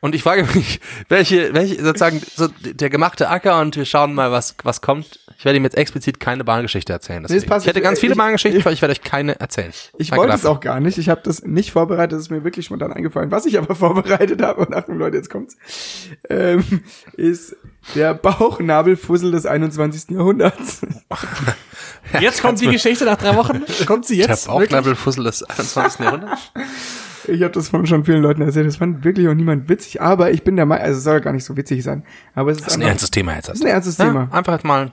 D: und ich frage mich, welche, welche sozusagen so der gemachte Acker und wir schauen mal, was was kommt. Ich werde ihm jetzt explizit keine Bahngeschichte erzählen.
C: Nee, es
D: deswegen.
C: passt.
D: ich hätte ganz viele
C: Ich-
D: Bahngeschichten, aber ich werde euch keine erzählen.
C: Ich
D: Danke
C: wollte es
D: dafür.
C: auch gar nicht. Ich habe das nicht vorbereitet. Es ist mir wirklich spontan eingefallen. Was ich aber [LAUGHS] vorbereitet habe, und Achtung, Leute, jetzt kommt's, ähm, ist der Bauchnabelfussel des 21. Jahrhunderts.
B: Jetzt kommt die Geschichte nach drei
D: [LAUGHS]
B: Wochen. Kommt sie
D: Der
B: jetzt?
D: Bauchnabelfussel des 21. Jahrhunderts.
C: Ich habe das von schon vielen Leuten erzählt. Das fand wirklich auch niemand witzig. Aber ich bin der Meinung, also es soll gar nicht so witzig sein. Aber es ist,
D: Das ist ein
C: einfach
D: ernstes Thema jetzt.
C: ist ein ernstes Thema.
D: einfach halt mal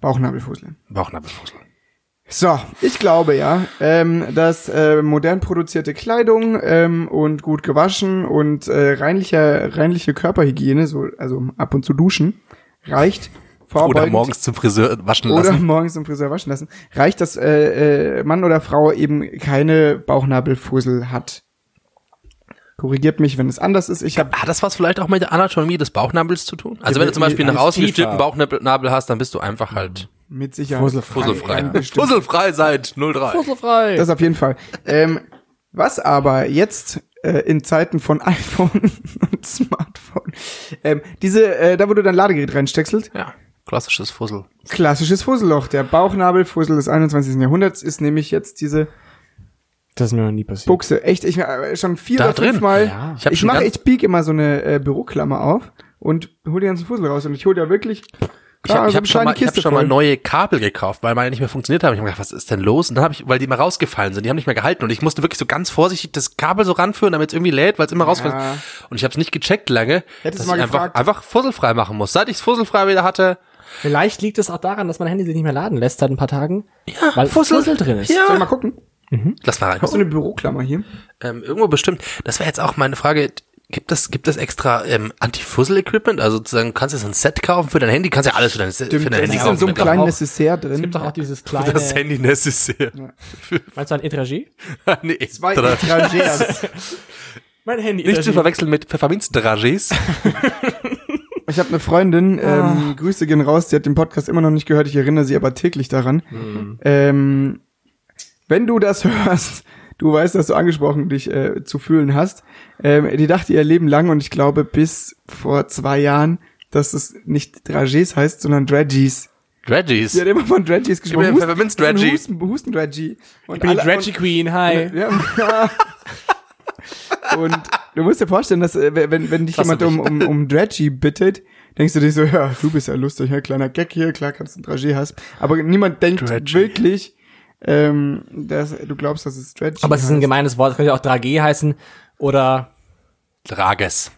C: Bauchnabelfussel.
D: Bauchnabelfussel.
C: So, ich glaube ja, ähm, dass äh, modern produzierte Kleidung ähm, und gut gewaschen und äh, reinlicher, reinliche Körperhygiene, so, also ab und zu duschen, reicht
D: Oder
C: vorbeugend
D: morgens zum Friseur waschen
C: oder
D: lassen.
C: morgens im Friseur waschen lassen, reicht, dass äh, äh, Mann oder Frau eben keine Bauchnabelfusel hat. Korrigiert mich, wenn es anders ist. Ich habe
D: Hat das was vielleicht auch mit der Anatomie des Bauchnabels zu tun? Also wenn du zum
B: die-
D: Beispiel nach
B: alles
D: außen
B: tiefer.
D: gestimmten Bauchnabel Nabel hast, dann bist du einfach halt
C: mit Sicherheit
B: Fusselfrei.
D: fusselfrei.
C: ein bestimmtes-
D: Fusselfrei seit 03.
A: Fusselfrei.
C: Das auf jeden Fall. Ähm, was aber jetzt äh, in Zeiten von [LAUGHS] iPhone und Smartphone, ähm, diese, äh, da wo du dein Ladegerät reinsteckst,
D: Ja, klassisches Fussel.
C: klassisches Fusselloch. Der Bauchnabelfussel des 21. Jahrhunderts ist nämlich jetzt diese
B: Das ist mir noch nie passiert.
C: Buchse. Echt, ich äh, schon vier
D: Da
C: oder
D: drin?
C: fünfmal.
D: Ja. Ich
C: Ich,
D: hab
C: ich
D: schon
C: mache,
D: ganz-
C: ich biege immer so eine äh, Büroklammer auf und hol dir ganzen Fussel raus und ich hol da wirklich.
D: Ich habe
C: Ah,
D: ich
C: so
D: hab
C: eine
D: schon,
C: kleine
D: mal, ich hab
C: Kiste
D: schon mal
C: voll.
D: neue Kabel gekauft, weil meine nicht mehr funktioniert haben. Ich habe gedacht, was ist denn los? Und dann habe ich, weil die mal rausgefallen sind, die haben nicht mehr gehalten und ich musste wirklich so ganz vorsichtig das Kabel so ranführen, damit es irgendwie lädt, weil es immer rausfällt.
C: Ja.
D: Und ich habe es nicht gecheckt lange,
C: Hättest
D: dass
C: du mal
D: ich einfach,
C: gefragt.
D: einfach fusselfrei machen muss. Seit ich es fusselfrei wieder hatte,
B: Vielleicht liegt es auch daran, dass mein Handy sich nicht mehr laden lässt seit ein paar Tagen. Ja, weil
D: Fussel.
B: Fussel, drin ist.
D: Ja.
C: Soll ich mal gucken?
D: lass mal rein.
C: Hast du eine Büroklammer hier?
D: Ähm, irgendwo bestimmt. Das wäre jetzt auch meine Frage. Gibt es gibt es extra ähm, Anti-Fussel-Equipment? Also sozusagen kannst du so ein Set kaufen für dein Handy? Kannst ja alles für dein, Se- für dein
C: Das
D: Handy
C: ist in
D: kaufen.
C: so einem
D: Mit
C: kleinen
B: auch-
C: Necessaire drin.
B: Es gibt doch auch dieses kleine.
D: Das Handy necessär. [LAUGHS]
B: Meinst du ein Etragie?
D: nee,
C: Zwei
D: drei-
C: Etragers.
B: [LAUGHS] Mein Handy.
D: Nicht zu verwechseln mit Pfefferminzdragés.
C: Ich habe eine Freundin, ähm, Grüße gehen raus, die hat den Podcast immer noch nicht gehört, ich erinnere sie aber täglich daran. Ähm, wenn du das [LAUGHS] hörst, du weißt, dass du angesprochen dich äh, zu fühlen hast. Ähm, die dachte ihr Leben lang und ich glaube bis vor zwei Jahren, dass es nicht Dragés heißt, sondern Draggies.
D: Draggies.
C: Sie hat immer von Draggies gesprochen.
D: mir einen
C: Husten-
D: Pfefferminz-Draggie.
C: Husten, Husten Draggie.
B: Ich bin die Draggy Queen, hi.
C: Ja. [LAUGHS] Und du musst dir vorstellen, dass äh, wenn, wenn dich
D: Klasse
C: jemand um, um, um Draggy bittet, denkst du dir so, ja, du bist ja lustig, ja, kleiner Gag hier, klar kannst du ein Draggy hast. Aber niemand denkt
D: Draggy.
C: wirklich, ähm, dass du glaubst, dass es Draggy
B: Aber es ist ein gemeines Wort. Es könnte ja auch Dragé heißen oder
D: Drages.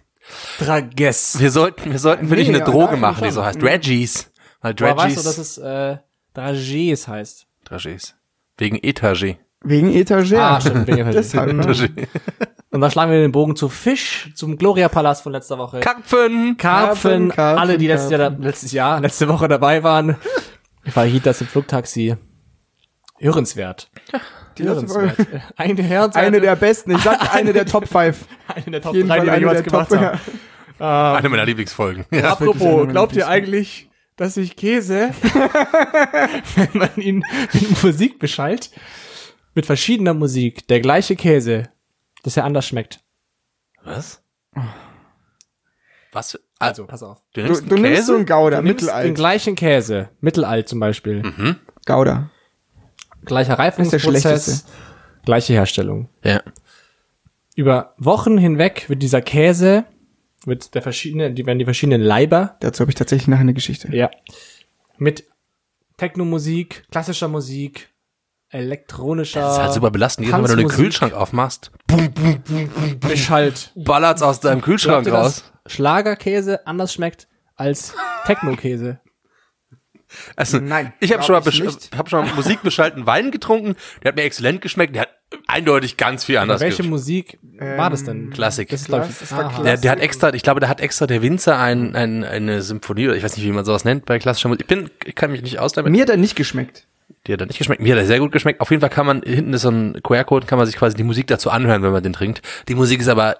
B: Drages.
D: Wir sollten, wir sollten wirklich
C: Nee,
D: eine
C: ja,
D: Droge
C: nein,
D: machen, die
C: schon.
D: so heißt. Draggies. Weil
B: Aber weißt du, dass es
D: Draggies.
B: äh, Dragés heißt?
D: Draggies. Wegen Etagé.
C: Wegen Etagere.
B: Ah, stimmt. wegen Etragie.
C: Deshalb, ne?
D: Dragé.
B: Und dann schlagen wir den Bogen zu Fisch, zum Gloria-Palast von letzter Woche.
D: Karpfen.
B: Karpfen,
C: Karpfen, Karpfen,
B: alle, die letztes Jahr, letztes Jahr, letzte Woche dabei waren. Ich war hier das im Flugtaxi. Hörenswert.
C: Die letzte
B: Hörenswert.
C: Folge.
B: Eine Hörenswert.
C: Eine ne? der besten, ich sag eine der Top 5.
B: eine der [LAUGHS] Top
C: Jeden
B: 3,
C: Fall
B: die wir
C: eine
B: jemals
C: der Top
B: gemacht haben.
C: 5. Ähm.
D: Eine meiner Lieblingsfolgen. Ja.
B: Apropos, glaubt ihr eigentlich, dass ich
D: [LAUGHS]
B: Käse, wenn man ihn mit Musik beschallt, mit verschiedener Musik, der gleiche Käse, dass er anders schmeckt.
D: Was? Was? für- Also,
B: Pass auf.
D: du
C: Du,
D: nimmst
C: du
D: einen
C: nimmst so
D: Käse?
C: einen Gouda,
B: Du nimmst den
C: mittelalt.
B: gleichen Käse, mittelalt zum Beispiel.
D: Mhm.
C: Gouda.
B: Gleicher
C: schlechteste.
B: Reifungsprozess, gleiche Herstellung.
C: Äh,
D: Ja.
B: Über Wochen hinweg wird dieser Käse, wird der verschiedene, die werden die verschiedenen Leiber
C: Dazu habe ich tatsächlich nachher eine Geschichte.
B: Ja. Mit Techno-Musik, klassischer Musik, elektronischer.
D: Das ist halt super belastend. Jedes Mal, wenn du den
B: Tanzmusik,
D: Kühlschrank aufmachst,
B: Beschallt.
D: ballert's aus deinem Kühlschrank
B: Glaubt ihr,
D: raus.
B: dass Schlagerkäse anders schmeckt als Techno-Käse.
D: Also,
C: Nein,
D: ich habe
C: glaub
D: schon, mal
C: ich
D: besch-
C: nicht.
D: hab schon mal Musik beschalten, Wein getrunken, der hat mir exzellent geschmeckt, der hat eindeutig ganz viel anders
B: Welche
D: geschmeckt.
B: Musik war das denn?
D: Klassik.
B: Ähm, Das ist, glaub ich,
C: Das war
B: aha.
C: Klassik.
D: Der, der hat extra, ich glaube, da hat extra der Winzer ein, ein, eine Symphonie oder ich weiß nicht, wie man sowas nennt bei klassischer Musik. Ich bin, ich kann mich nicht aus damit.
C: Mir hat er nicht geschmeckt.
D: Die hat er nicht geschmeckt. Mir hat er sehr gut geschmeckt. Auf jeden Fall kann man, hinten ist so ein QR-Code, kann man sich quasi die Musik dazu anhören, wenn man den trinkt. Die Musik ist aber,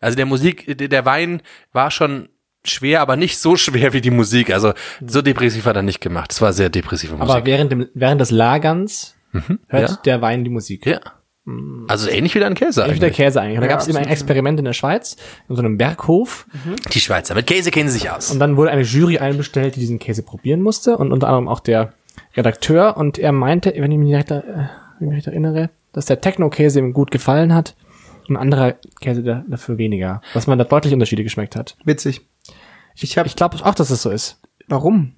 D: also der Musik, der der Wein war schon schwer, aber nicht so schwer wie die Musik. Also so depressiv hat er nicht gemacht. Es war sehr depressive Musik.
B: Aber während, dem, während des Lagerns hört
D: Mhm. ja.
B: der Wein die Musik.
D: ja.
B: Mm.
D: Also ähnlich wie dein Käse
B: Ähnlich wie der
D: eigentlich.
B: Käse eigentlich. Und da
C: Ja,
B: gab es immer ein
C: absolut.
B: Experiment in der Schweiz, in so einem Berghof.
D: Die Schweizer. Mit Käse kennen sie sich aus.
B: Und dann wurde eine Jury einbestellt, die diesen Käse probieren musste und unter anderem auch der Redakteur und er meinte, wenn ich mich recht, äh, wenn ich mich recht erinnere, dass der Techno-Käse ihm gut gefallen hat und ein anderer Käse da, dafür weniger, dass man da deutlich Unterschiede geschmeckt hat.
C: Witzig. Ich habe.
B: Ich glaube auch, dass es so ist.
C: Warum?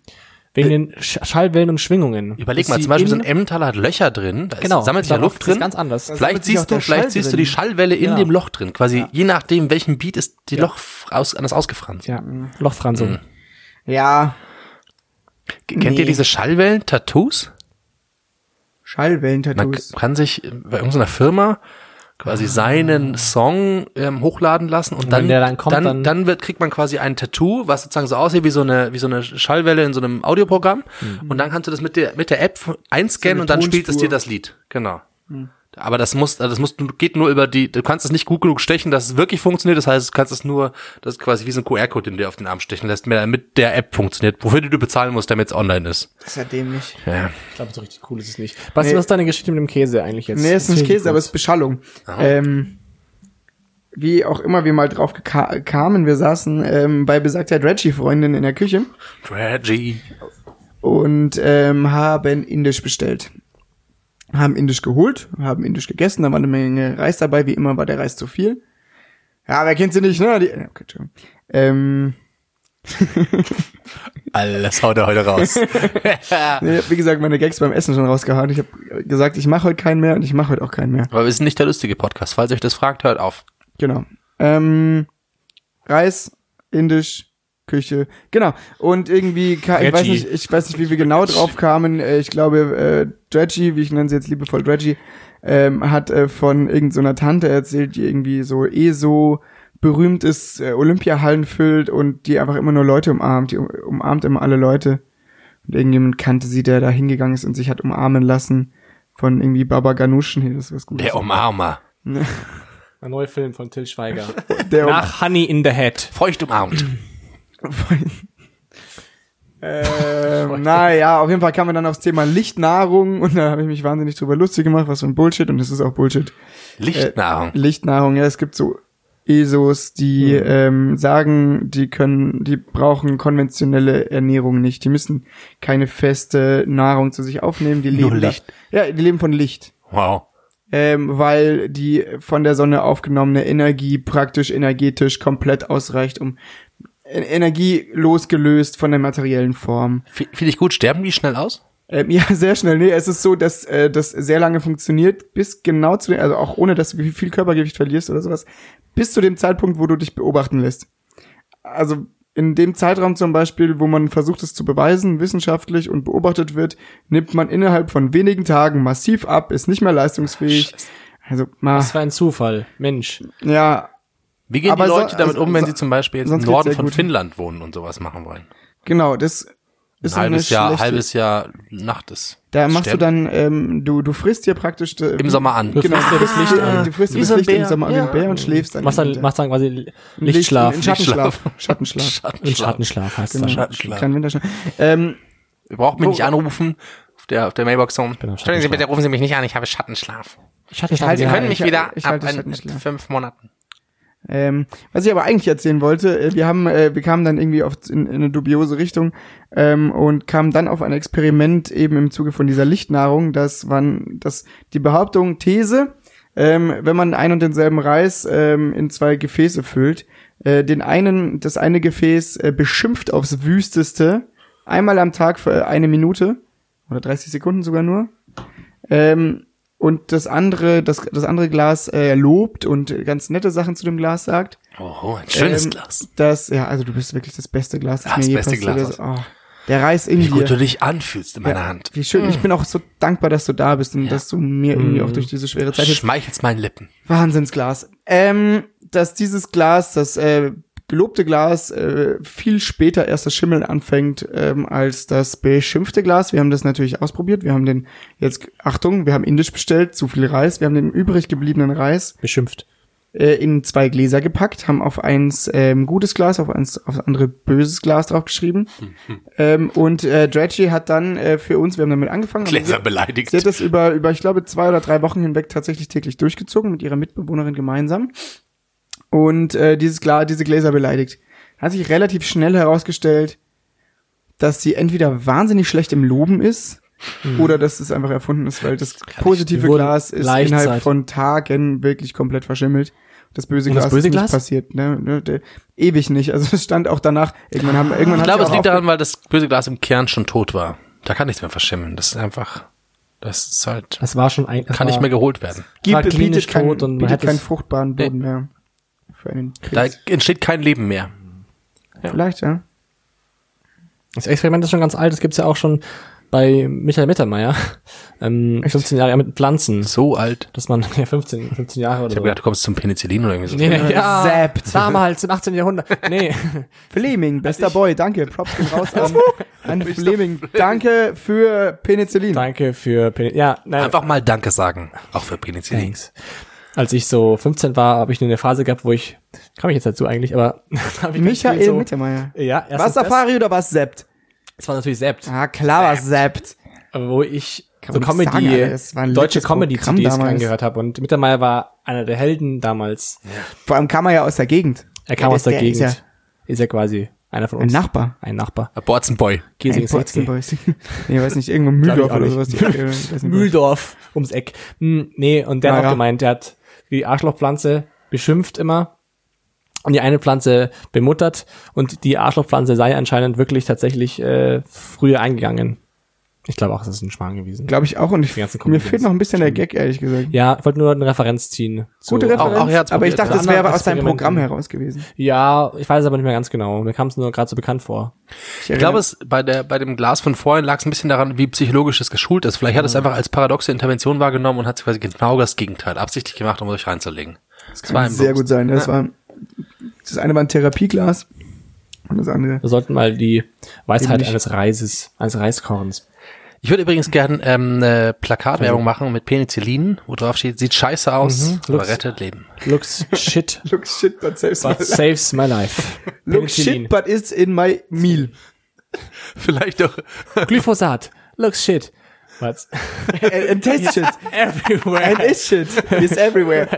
B: Wegen den Sch Schallwellen und Schwingungen.
D: Überleg
B: Dass
D: mal,
B: sie
D: zum Beispiel so ein
B: in-
D: Emmentaler hat Löcher drin, da ist,
B: Genau,
D: sammelt sich ja
B: darauf
D: Luft
B: ist
D: drin.
B: ganz anders. Da
C: sammelt
D: Vielleicht
C: sich auch
D: siehst du,
C: der
D: vielleicht
C: Schall
D: siehst du
C: drin.
D: die Schallwelle in
B: Ja.
D: dem Loch drin, quasi je nachdem, welchem Beat ist die Loch aus, anders ausgefranst.
B: Ja,
D: Mhm.
B: Lochfransung.
C: Ja,
D: G- Kennt
C: Nee.
D: ihr diese Schallwellen-Tattoos? Man
C: Schallwellentattoos.
D: k- kann sich äh, bei irgendeiner Firma quasi seinen Song ähm, hochladen lassen Ah. und dann,
B: wenn der dann kommt,
D: dann,
B: dann-
D: wird, kriegt man quasi ein Tattoo, was sozusagen so aussieht wie so eine, wie so eine Schallwelle in so einem Audioprogramm. Und dann kannst du das mit der, mit der App einscannen
C: So eine
D: und dann spielt es
C: Tonspur.
D: dir das Lied. Genau. Aber das muss, also das muss, geht nur über die, du kannst es nicht gut genug stechen, dass es wirklich funktioniert. Das heißt, du kannst es nur, das ist quasi wie so ein QR-Code, den du dir auf den Arm stechen lässt, der mit der App funktioniert, wofür du bezahlen musst, damit es online ist.
C: Das ist ja dämlich.
D: Ja.
B: Ich glaube, so richtig cool ist es nicht. Was,
C: Nee.
B: was ist deine Geschichte mit dem Käse eigentlich jetzt?
C: Nee, ist nicht
B: Erzähl
C: Käse, aber es ist Beschallung. Ähm, wie auch immer wir mal drauf geka- kamen, wir saßen ähm, bei besagter Dredgy-Freundin in der Küche
D: Tragic.
C: und ähm, haben Indisch bestellt. Haben Indisch geholt, haben Indisch gegessen, da war eine Menge Reis dabei, wie immer war der Reis zu viel. Ja, wer kennt sie nicht, ne? Die, okay, Entschuldigung. ähm,
D: Alles haut er heute raus.
C: nee, ich hab, wie gesagt, meine Gags beim Essen schon rausgehauen. Ich habe gesagt, ich mache heute keinen mehr und ich mache heute auch keinen mehr.
D: Aber wir sind nicht der lustige Podcast. Falls euch das fragt, hört auf.
C: Genau. Ähm, Reis, Indisch, Küche, genau. Und irgendwie, ka- ich weiß,
B: Dredgy.
C: nicht, ich weiß nicht, wie wir genau drauf kamen. Äh, Ich glaube, äh, Dredgy, wie ich nenne sie jetzt liebevoll Dredgy, ähm, hat äh, von irgendeiner Tante erzählt, die irgendwie so eh so berühmt ist, äh, Olympiahallen füllt und die einfach immer nur Leute umarmt. Die um- umarmt immer alle Leute. Und irgendjemand kannte sie, der da hingegangen ist und sich hat umarmen lassen von irgendwie Baba Ganoush. Nee, das ist was Gutes.
D: Der Umarmer.
B: Ein neuer Film von Till Schweiger. [LAUGHS]
C: Der um-
B: Nach Honey in the Head.
D: Feucht umarmt.
C: Äh, [LAUGHS] Ähm, naja, auf jeden Fall kamen wir dann aufs Thema Lichtnahrung und da habe ich mich wahnsinnig drüber lustig gemacht, was für ein Bullshit und es ist auch Bullshit.
D: Lichtnahrung.
C: Lichtnahrung, ja, es gibt so ESOs, die
D: Hm.
C: ähm, sagen, die können, die brauchen konventionelle Ernährung nicht. Die müssen keine feste Nahrung zu sich aufnehmen. Die leben
D: Nur
C: da-
D: Licht.
C: Ja, die leben von Licht.
D: Wow.
C: Ähm, weil die von der Sonne aufgenommene Energie praktisch energetisch komplett ausreicht, um E- Energie losgelöst von der materiellen Form.
D: F- Finde ich gut. Sterben die schnell aus?
C: Ähm, [LAUGHS] ja, sehr schnell. Nee, es ist so, dass äh, das sehr lange funktioniert, bis genau zu dem, also auch ohne, dass du wie viel Körpergewicht verlierst oder sowas, bis zu dem Zeitpunkt, wo du dich beobachten lässt. Also in dem Zeitraum zum Beispiel, wo man versucht, es zu beweisen, wissenschaftlich und beobachtet wird, nimmt man innerhalb von wenigen Tagen massiv ab, ist nicht mehr leistungsfähig. Also, ma,
B: Das war ein Zufall. Mensch.
C: ja,
D: Wie gehen
C: Aber
D: die
C: so-
D: Leute damit um, wenn
C: so-
D: sie zum Beispiel jetzt im
C: sonst geht's
D: Norden
C: sehr
D: von
C: gut.
D: Finnland wohnen und sowas machen wollen?
C: genau, das ist
D: Ein halbes
C: eine
D: Jahr,
C: schlechte-
D: halbes Jahr Nacht ist.
C: Da machst
D: Sterben.
C: du dann, ähm, du, du frisst dir praktisch äh,
D: im Sommer an. [LAUGHS]
B: Du
C: Genau,
B: frisst dir das Licht an.
C: du frisst
D: Wie
C: dir das
D: so ein
C: Licht
D: Bär.
C: im Sommer an wie
D: Ja.
C: ein Bär und schläfst dann.
B: Machst
C: im
B: dann,
C: Winter.
B: machst dann quasi L-
C: Licht-
B: Lichtschlaf.
C: in Schattenschlaf. Schattenschlaf.
B: Und
D: Schattenschlaf.
B: Schattenschlaf heißt das.
C: Genau.
D: Schattenschlaf.
C: Kleinen Winterschlaf. Ähm,
D: Ihr braucht mich nicht anrufen auf der, auf der Mailbox.
B: am
D: Entschuldigen Sie bitte, rufen Sie mich nicht an, ich habe Schattenschlaf.
B: Ich hatte
C: Ich halte-
B: ja, ja,
C: ich halte-
E: Können mich wieder
C: ich
E: ab
C: halte- ich
E: in
C: halte nicht leer.
E: fünf Monaten.
C: Ähm, was ich aber eigentlich erzählen wollte, äh, wir haben, äh, wir kamen dann irgendwie auf, in, in eine dubiose Richtung ähm, und kamen dann auf ein Experiment eben im Zuge von dieser Lichtnahrung, dass man, dass die Behauptung, These, ähm, wenn man einen und denselben Reis ähm, in zwei Gefäße füllt, äh, den einen, das eine Gefäß äh, beschimpft aufs Wüsteste, einmal am Tag für eine Minute oder 30 Sekunden sogar nur, ähm, und das andere, das, das andere Glas äh, lobt und ganz nette Sachen zu dem Glas sagt.
D: Oh, ein schönes
C: Ähm,
D: Glas.
C: Das, ja, also du bist wirklich das beste Glas, das
D: Ah, das
C: mir je
D: beste
C: passiert
D: Glas
C: ist. Oh, der Reis in
D: Wie gut du
C: dir.
D: dich anfühlst in meiner
C: Ja,
D: Hand.
C: Wie schön. Ich bin auch so dankbar, dass du da bist und
D: Ja.
C: dass du mir irgendwie auch Hm. durch diese schwere Zeit hilfst.
D: Schmeichelst meinen Lippen.
C: Wahnsinnsglas. Ähm, dass dieses Glas, das äh, gelobte Glas, äh, viel später erst das Schimmeln anfängt ähm, als das beschimpfte Glas. Wir haben das natürlich ausprobiert. Wir haben den, jetzt, Achtung, wir haben indisch bestellt, zu viel Reis. Wir haben den übrig gebliebenen Reis
B: beschimpft.
C: äh, in zwei Gläser gepackt, haben auf eins ähm, gutes Glas, auf eins aufs andere böses Glas draufgeschrieben. ähm, und äh, Dredgy hat dann äh, für uns, wir haben damit angefangen, haben
D: [LAUGHS] Gläser beleidigt.
C: Sie hat das über, über, ich glaube, zwei oder drei Wochen hinweg tatsächlich täglich durchgezogen mit ihrer Mitbewohnerin gemeinsam. Und äh, dieses Gla diese Gläser beleidigt. Hat sich relativ schnell herausgestellt, dass sie entweder wahnsinnig schlecht im Loben ist
B: Mhm.
C: oder dass es einfach erfunden ist, weil das positive
B: Wir wurden
C: Glas ist
B: leicht
C: innerhalb
B: satt.
C: von Tagen wirklich komplett verschimmelt. Das böse
B: Und das
C: Glas
B: böse
C: ist
B: Glas?
C: nicht passiert. Ne? Ne, de- Ewig nicht. Also es stand auch danach. Irgendwann haben, irgendwann
D: Ich
C: hat
D: glaube,
C: sie
D: es
C: auch
D: liegt
C: aufge-
D: daran, weil das böse Glas im Kern schon tot war. Da kann nichts mehr verschimmeln. Das ist einfach, das ist halt,
B: Das war schon ein, das
D: kann
B: war,
D: nicht mehr geholt werden.
B: war
C: gibt,
B: klinisch
C: bietet, kein,
B: tot und man
C: bietet
B: hätte
C: keinen
B: es,
C: fruchtbaren Boden mehr für einen
D: Da
C: Krebs.
D: entsteht kein Leben mehr.
C: Vielleicht, ja.
B: Das Experiment ist schon ganz alt, das gibt's ja auch schon bei Michael Mittermeier. [LAUGHS] Ähm, 15 Jahre mit Pflanzen.
D: So alt.
B: Dass man, [LAUGHS] ja, 15, 15 Jahre oder
D: Ich habe
B: so.
D: gedacht, du kommst zum Penicillin oder irgendwie so.
B: nee, ja,
C: Zapped.
B: Damals, im 18. Jahrhundert.
D: [LAUGHS]
B: Nee.
C: Fleming, bester Boy, danke. Props gehen
B: [LAUGHS]
C: raus an, an Fleming. Danke für Penicillin.
B: Danke für, Pen- ja, nein.
D: Einfach mal Danke sagen. Auch für Penicillin.
B: Thanks. Als ich so 15 war, habe ich eine Phase gehabt, wo ich, kam ich jetzt dazu eigentlich, aber [LAUGHS] da hab ich ganz viel
C: Michael
B: so,
C: Mittermeier.
B: Ja,
C: Was
B: erstens das,
C: Safari oder was Sept?
B: das war natürlich selbst,
C: Ah, klar, was Sept.
B: aber wo ich
C: Kann
B: so
C: man nicht sagen, Alter,
B: Comedy,
C: das war ein
B: deutsche
C: letztes Programm
B: Comedy-CDs
C: damals.
B: angehört habe und Mittermeier war einer der Helden damals.
C: Vor allem kam er ja aus der Gegend.
B: Er kam
C: Ja,
B: aus
C: der-
B: der
C: der
B: Gegend.
C: ist
B: Ist ja, quasi einer von
C: Ein
B: uns.
C: Nachbar.
B: Ein Nachbar.
D: Borzenboy.
B: Giesing
C: Ein
B: Sexy. [LAUGHS]
C: Potzenboys. nee, weiß nicht, irgendwo Mühldorf
B: Glaub
C: oder
B: ich auch
C: sowas. Die Ecke,
B: [LAUGHS]
C: weiß nicht, wo.
B: Mühldorf ums Eck. Hm, nee, und der hat
C: Naja.
B: auch gemeint, der hat die Arschlochpflanze beschimpft immer und die eine Pflanze bemuttert und die Arschlochpflanze sei anscheinend wirklich tatsächlich äh, früher eingegangen. Ich glaube auch, es ist ein Schwan gewesen.
C: Glaube ich auch. Und ich,
B: Die ganzen
C: mir
B: Comedians.
C: fehlt noch ein bisschen der Gag, ehrlich gesagt.
B: ja, ich wollte nur eine Referenz ziehen. zu-
C: Gute Referenz,
D: auch er hat's
C: aber ich
D: probiert,
C: dachte,
D: ja.
C: das wäre
B: Anderen
C: aus seinem
B: Experimenten.
C: Programm heraus gewesen.
B: Ja, ich weiß es aber nicht mehr ganz genau. Mir kam es nur gerade so bekannt vor.
D: Ich glaube, es bei der bei dem Glas von vorhin lag es ein bisschen daran, wie psychologisch es geschult ist. Vielleicht hat es einfach als paradoxe Intervention wahrgenommen und hat es quasi genau das Gegenteil absichtlich gemacht, um euch reinzulegen. Das war ein
C: sehr
D: Bewusst-
C: gut sein. Das war das eine war ein Therapieglas und das andere.
B: Wir sollten mal die Weisheit
C: Nämlich-
B: eines Reises, eines Reiskorns.
D: Ich würde übrigens gerne ähm, eine Plakatwerbung machen mit Penicillin, wo drauf steht, sieht scheiße aus, aber
B: Looks-
D: rettet Leben.
B: Looks shit,
C: Looks shit, but saves [LAUGHS]
B: but saves my life.
C: Looks shit,
B: Penicillin.
C: but it's in my meal.
D: [LAUGHS] Vielleicht auch.
B: Glyphosat. Looks shit. But
C: And, and tastes shit. [LAUGHS]
D: [LAUGHS]
C: And
B: [LAUGHS] everywhere.
C: is shit. It's everywhere.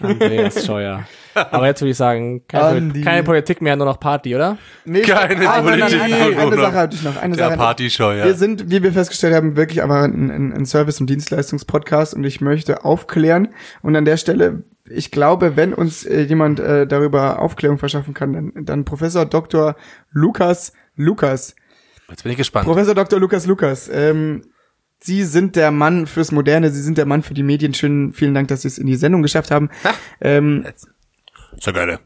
B: Andreas Scheuer. Aber jetzt würde ich sagen, keine,
C: Andi.
B: Poli- keine Politik mehr, nur noch Party, oder?
C: Nee,
D: Keine
C: ah, nein, nein,
D: Politik,
C: eine, eine
D: Bruder.
C: Sache hatte ich noch. Eine Sache.
D: Partyscheuer.
C: Wir sind, wie wir festgestellt haben, wirklich einfach ein, ein, ein Service- und Dienstleistungspodcast und ich möchte aufklären. Und an der Stelle, ich glaube, wenn uns äh, jemand äh, darüber Aufklärung verschaffen kann, dann, dann Professor Dr. Lukas Lukas.
D: Jetzt bin ich gespannt.
C: Professor Dr. Lukas Lukas, ähm, Sie sind der Mann fürs Moderne, Sie sind der Mann für die Medien. Schönen vielen Dank, dass Sie es in die Sendung geschafft haben. Ähm,
D: Sehr gerne.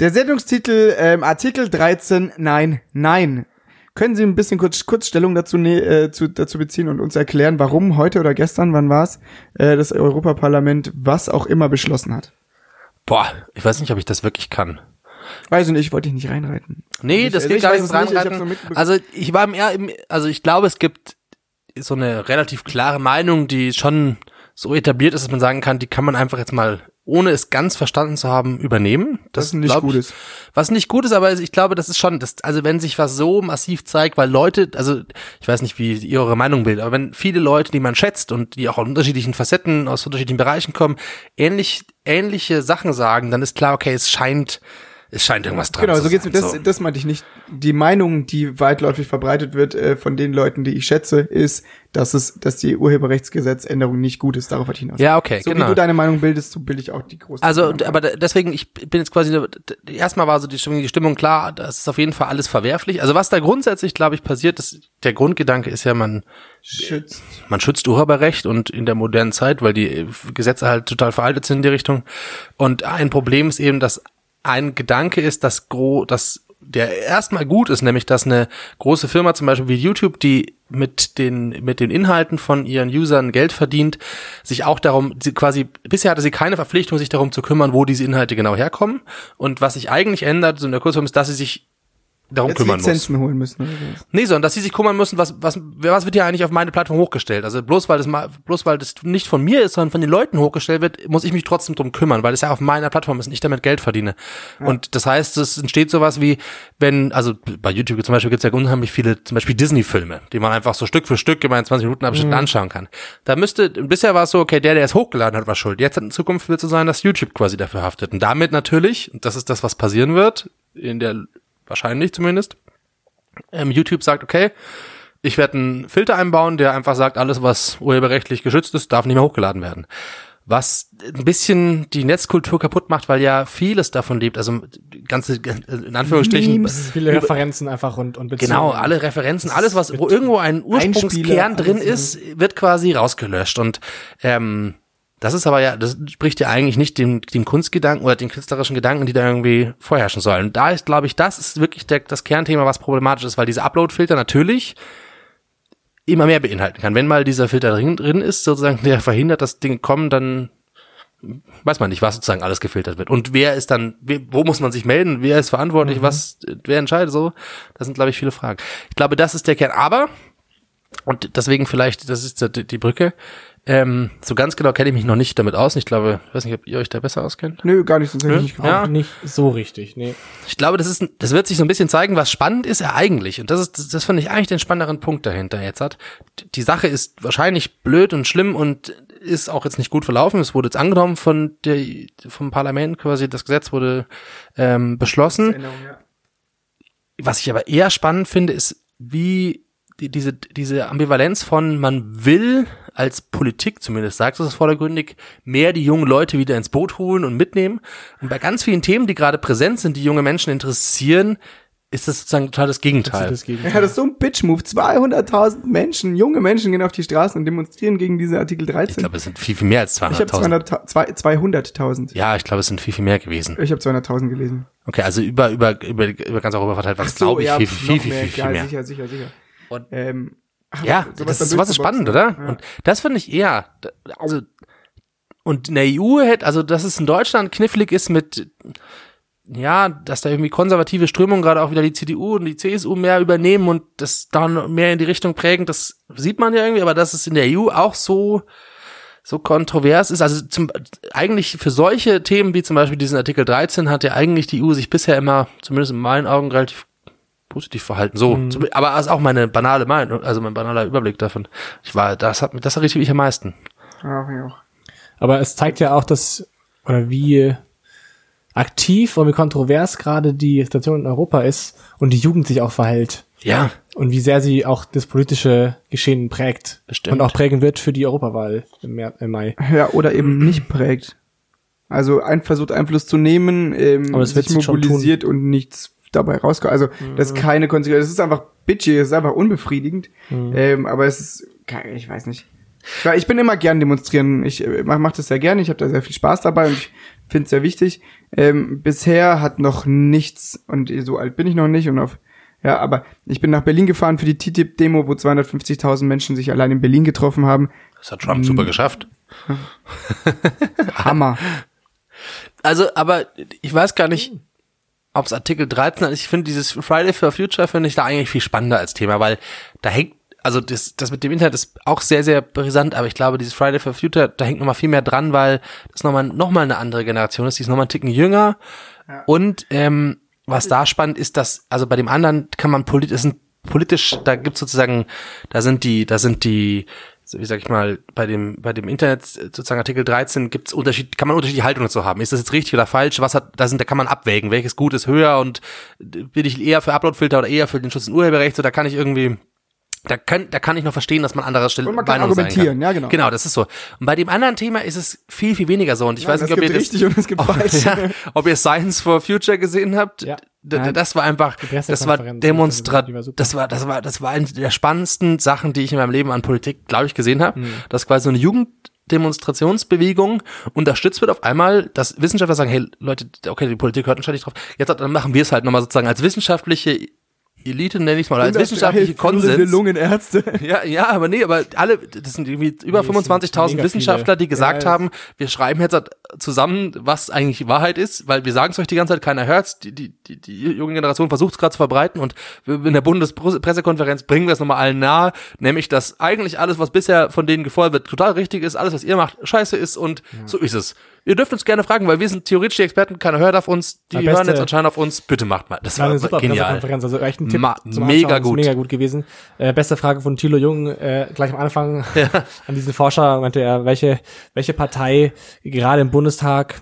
C: der Sendungstitel ähm, Artikel 13, nein, nein. Können Sie ein bisschen kurz, kurz Stellung dazu, ne, äh, zu, dazu beziehen und uns erklären, warum heute oder gestern, wann war's, äh, das Europaparlament was auch immer beschlossen hat?
D: Boah, ich weiß nicht, ob ich das wirklich kann.
C: Weiß ich nicht, wollte ich nicht reinreiten.
D: Nee,
C: Ich-
D: das
C: also
D: geht
C: ich
D: gar
C: weiß es
D: nicht
C: nicht, ich hab's
D: reinreiten.
C: nur mitbekommen.
D: also ich war im, eher im, also ich glaube, es gibt so eine relativ klare Meinung, die schon so etabliert ist, dass man sagen kann, die kann man einfach jetzt mal ohne es ganz verstanden zu haben, übernehmen. Das,
C: ist nicht
D: glaub ich,
C: Gutes.
D: Was nicht gut ist, aber ich glaube, das ist schon, das, also wenn sich was so massiv zeigt, weil Leute, also ich weiß nicht, wie ihr eure Meinung bildet, aber wenn viele Leute, die man schätzt und die auch aus unterschiedlichen Facetten, aus unterschiedlichen Bereichen kommen, ähnlich, ähnliche Sachen sagen, dann ist klar, okay, es scheint, es scheint irgendwas dran
C: Genau,
D: zu
C: so geht's
D: sein.
C: mir. Das, das meinte ich nicht. Die Meinung, die weitläufig verbreitet wird äh, von den Leuten, die ich schätze, ist, dass es, dass die Urheberrechtsgesetzänderung nicht gut ist. Darauf hat hinaus.
D: Ja, okay,
C: so
D: genau.
C: wie du deine Meinung bildest, so bilde ich auch die große.
D: Also,
C: Meinung.
D: und- aber de- deswegen, ich bin jetzt quasi, nur- d- erstmal war so die Stimmung, die Stimmung klar, das ist auf jeden Fall alles verwerflich. Also was da grundsätzlich, glaube ich, passiert, ist, der Grundgedanke ist ja, man,
C: schützt.
D: man schützt Urheberrecht und in der modernen Zeit, weil die äh, Gesetze halt total veraltet sind in die Richtung. Und ein Problem ist eben, dass ein Gedanke ist, dass gro, dass der erstmal gut ist, nämlich dass eine große Firma zum Beispiel wie YouTube, die mit den, mit den Inhalten von ihren Usern Geld verdient, sich auch darum, sie quasi, bisher hatte sie keine Verpflichtung, sich darum zu kümmern, wo diese Inhalte genau herkommen. Und was sich eigentlich ändert, so in der Kurzform ist, dass sie sich darum
C: Jetzt
D: kümmern muss.
C: Lizenzen holen müssen. Oder sowas.
D: Nee, sondern dass sie sich kümmern müssen, was, was, wer- was wird hier eigentlich auf meine Plattform hochgestellt? Also bloß weil das ma- bloß weil das nicht von mir ist, sondern von den Leuten hochgestellt wird, muss ich mich trotzdem drum kümmern, weil es ja auf meiner Plattform ist und ich damit Geld verdiene. Und das heißt, es entsteht sowas wie, wenn, also bei YouTube zum Beispiel gibt's ja unheimlich viele, zum Beispiel Disney-Filme, die man einfach so Stück für Stück immer in 20 Minuten Abschnitten anschauen kann. Da müsste, bisher war es so, okay, der, der es hochgeladen hat, war schuld. Jetzt in Zukunft wird es so sein, dass YouTube quasi dafür haftet. Und damit natürlich, und das ist das, was passieren wird, in der, wahrscheinlich zumindest, ähm, YouTube sagt, okay, ich werde einen Filter einbauen, der einfach sagt, alles, was urheberrechtlich geschützt ist, darf nicht mehr hochgeladen werden. Was ein bisschen die Netzkultur kaputt macht, weil ja vieles davon lebt. Also die ganze, in Anführungsstrichen,
C: Memes.
B: Viele Referenzen einfach und, und Beziehungen.
D: Genau, alle Referenzen, alles, was wo irgendwo ein Ursprungskern
C: Einspieler,
D: drin
C: alles,
D: ist, wird quasi rausgelöscht. Und ähm, das ist aber ja, das spricht ja eigentlich nicht dem, dem Kunstgedanken oder den künstlerischen Gedanken, die da irgendwie vorherrschen sollen. Und da ist, glaube ich, das ist wirklich der, das Kernthema, was problematisch ist, weil diese Upload-Filter natürlich immer mehr beinhalten kann. Wenn mal dieser Filter drin, drin ist, sozusagen, der verhindert, dass Dinge kommen, dann weiß man nicht, was sozusagen alles gefiltert wird. Und wer ist dann, wer, wo muss man sich melden? Wer ist verantwortlich? Was, wer entscheidet so? Das sind, glaube ich, viele Fragen. Ich glaube, das ist der Kern. Aber, und deswegen vielleicht, das ist die, die Brücke, ähm, so ganz genau kenne ich mich noch nicht damit aus. Und Ich glaube, ich weiß nicht, ob ihr euch da besser auskennt.
C: Nö, gar nicht, sonst hätte ich
D: Nö.
C: nicht gefragt.
D: Ja.
B: Ja. Nicht so richtig, nee.
D: Ich glaube, das ist, ein- das wird sich so ein bisschen zeigen, was spannend ist er eigentlich. Und das ist, das, das finde ich eigentlich den spannenderen Punkt dahinter jetzt hat. Die Sache ist wahrscheinlich blöd und schlimm und ist auch jetzt nicht gut verlaufen. Es wurde jetzt angenommen von der, vom Parlament quasi. Das Gesetz wurde ähm, beschlossen.
C: Änderung, ja.
D: Was ich aber eher spannend finde, ist, wie die, diese, diese Ambivalenz von man will als Politik zumindest, sagst du es vordergründig, mehr die jungen Leute wieder ins Boot holen und mitnehmen. Und bei ganz vielen Themen, die gerade präsent sind, die junge Menschen interessieren, ist das sozusagen total das Gegenteil.
B: Das Gegenteil.
C: Ja, das ist so ein Bitch-Move. 200.000 Menschen, junge Menschen gehen auf die Straßen und demonstrieren gegen diesen Artikel
D: ich
C: 13.
D: glaube, es sind viel, viel mehr als
C: Ich habe
D: 200.000.
C: 200.000.
D: Ja, ich glaube, es sind viel, viel mehr gewesen.
C: Ich habe 200.000 gelesen.
D: Okay, also über, über, über, über ganz Europa verteilt waren es, glaube ich, viel, viel, viel, viel, viel,
C: ja,
D: mehr.
C: Sicher, sicher, sicher.
D: Und-
C: ähm, ach,
D: Ja,
C: sowas
D: das
C: dann
D: ist, sowas ist
C: durchzuboxen.
D: spannend, oder?
C: Ja.
D: Und das finde ich eher, da- also, und in der EU hätte, also, dass es in Deutschland knifflig ist mit, ja, dass da irgendwie konservative Strömungen gerade auch wieder die CDU und die CSU mehr übernehmen und das dann mehr in die Richtung prägen, das sieht man ja irgendwie, aber dass es in der EU auch so, so kontrovers ist, also zum, eigentlich für solche Themen wie zum Beispiel diesen Artikel 13 hat ja eigentlich die EU sich bisher immer, zumindest in meinen Augen, relativ positiv verhalten. So, zum, aber das ist auch meine banale Meinung, also mein banaler Überblick davon. Ich war, das hat mich, das errichtet mich am meisten.
C: Ja, ja, auch.
B: Aber es zeigt ja auch, dass, oder wie aktiv und wie kontrovers gerade die Situation in Europa ist und die Jugend sich auch verhält.
D: Ja.
B: Und wie sehr sie auch das politische Geschehen prägt. Und
D: Bestimmt.
B: auch prägen wird für die Europawahl im, Mer im Mai.
C: Ja, oder
B: [CLEARS THROAT]
C: eben nicht prägt. Also ein versucht Einfluss zu nehmen, ähm,
B: Aber es wird sie schon tun.
C: mobilisiert und nichts dabei rauskommt. Also das ist keine Konsequenz. Das ist einfach bitchy, das ist einfach unbefriedigend.
B: Mhm.
C: Ähm, aber es ist, keine- ich weiß nicht. Ich war- Ich bin immer gern demonstrieren. Ich äh, mach, mach das sehr gerne. Ich habe da sehr viel Spaß dabei und ich finde es sehr wichtig. Ähm, bisher hat noch nichts und so alt bin ich noch nicht und auf ja, aber ich bin nach Berlin gefahren für die TTIP-Demo, wo 250.000 Menschen sich allein in Berlin getroffen haben.
D: Das hat Trump super geschafft.
C: Hammer.
D: Also, aber ich weiß gar nicht, ob es Artikel 13 ist. Ich finde dieses Friday for Future finde ich da eigentlich viel spannender als Thema, weil da hängt, also das, das mit dem Internet ist auch sehr, sehr brisant, aber ich glaube, dieses Friday for Future, da hängt nochmal viel mehr dran, weil das nochmal noch mal eine andere Generation ist, die ist nochmal einen Ticken jünger. Und ähm, was da spannend ist, dass, also bei dem anderen kann man politisch, ist ein politisch, da gibt's sozusagen, da sind die, da sind die, so wie sag ich mal, bei dem, bei dem Internet, sozusagen Artikel 13, gibt's Unterschied, kann man unterschiedliche Haltungen dazu haben. Ist das jetzt richtig oder falsch? Was hat, da sind, da kann man abwägen, welches gut ist höher und äh, bin ich eher für Uploadfilter oder eher für den Schutz des Urheberrechts, so, da kann ich irgendwie, da kann, da kann ich noch verstehen, dass man anderer Stelle
C: Und man kann
D: Meinung sein
C: argumentieren, ja, genau.
D: Genau, das ist so. Und bei dem anderen Thema ist es viel, viel weniger so. Und ich weiß
C: es
D: nicht, ob
C: gibt
D: ihr das,
C: richtig
D: Oh,
C: und
D: [LAUGHS]
C: es gibt falsch.
D: ja, ob ihr Science for Future gesehen habt,
B: Ja.
D: d- d-
C: Nein.
D: das war einfach, das war
B: Pressekonferenz, die war
D: demonstrativ,
B: super.
D: das war, das war, das war eine der spannendsten Sachen, die ich in meinem Leben an Politik, glaube ich, gesehen habe.
B: Mhm.
D: Das ist quasi so eine Jugenddemonstrationsbewegung unterstützt wird auf einmal, dass Wissenschaftler sagen, hey Leute, okay, die Politik hört anscheinend nicht drauf, jetzt dann machen wir es halt nochmal sozusagen als wissenschaftliche Elite, nenne ich es mal, oder als wissenschaftliche
C: Führende
D: Konsens.
C: Lungenärzte.
D: Ja, ja, aber nee, aber alle, das sind irgendwie über
B: Nee, es sind
D: 25.000
B: mega
D: Wissenschaftler, die gesagt
C: Ja, ja.
D: haben, wir schreiben jetzt halt zusammen, was eigentlich Wahrheit ist, weil wir sagen es euch die ganze Zeit, keiner hört's, die, die, die, die junge Generation versucht es gerade zu verbreiten und in der Bundespressekonferenz bringen wir es nochmal allen nahe, nämlich, dass eigentlich alles, was bisher von denen gefordert wird, total richtig ist, alles, was ihr macht, scheiße ist und so ist es. Ihr dürft uns gerne fragen, weil wir sind theoretisch die Experten, keiner hört auf uns, die
B: Am
D: hören
B: beste-
D: jetzt anscheinend auf uns, bitte macht mal. Das
B: war
D: war
B: eine super
D: Äh, genial.
B: Pressekonferenz, also echt ein Tipp
D: Ma-
B: zum
D: mega
B: Anschauen, ist
D: gut.
B: mega gut gewesen. Äh, beste Frage von Thilo Jung äh, gleich am Anfang [LAUGHS] an diesen Forscher meinte er, welche welche Partei gerade im Bundestag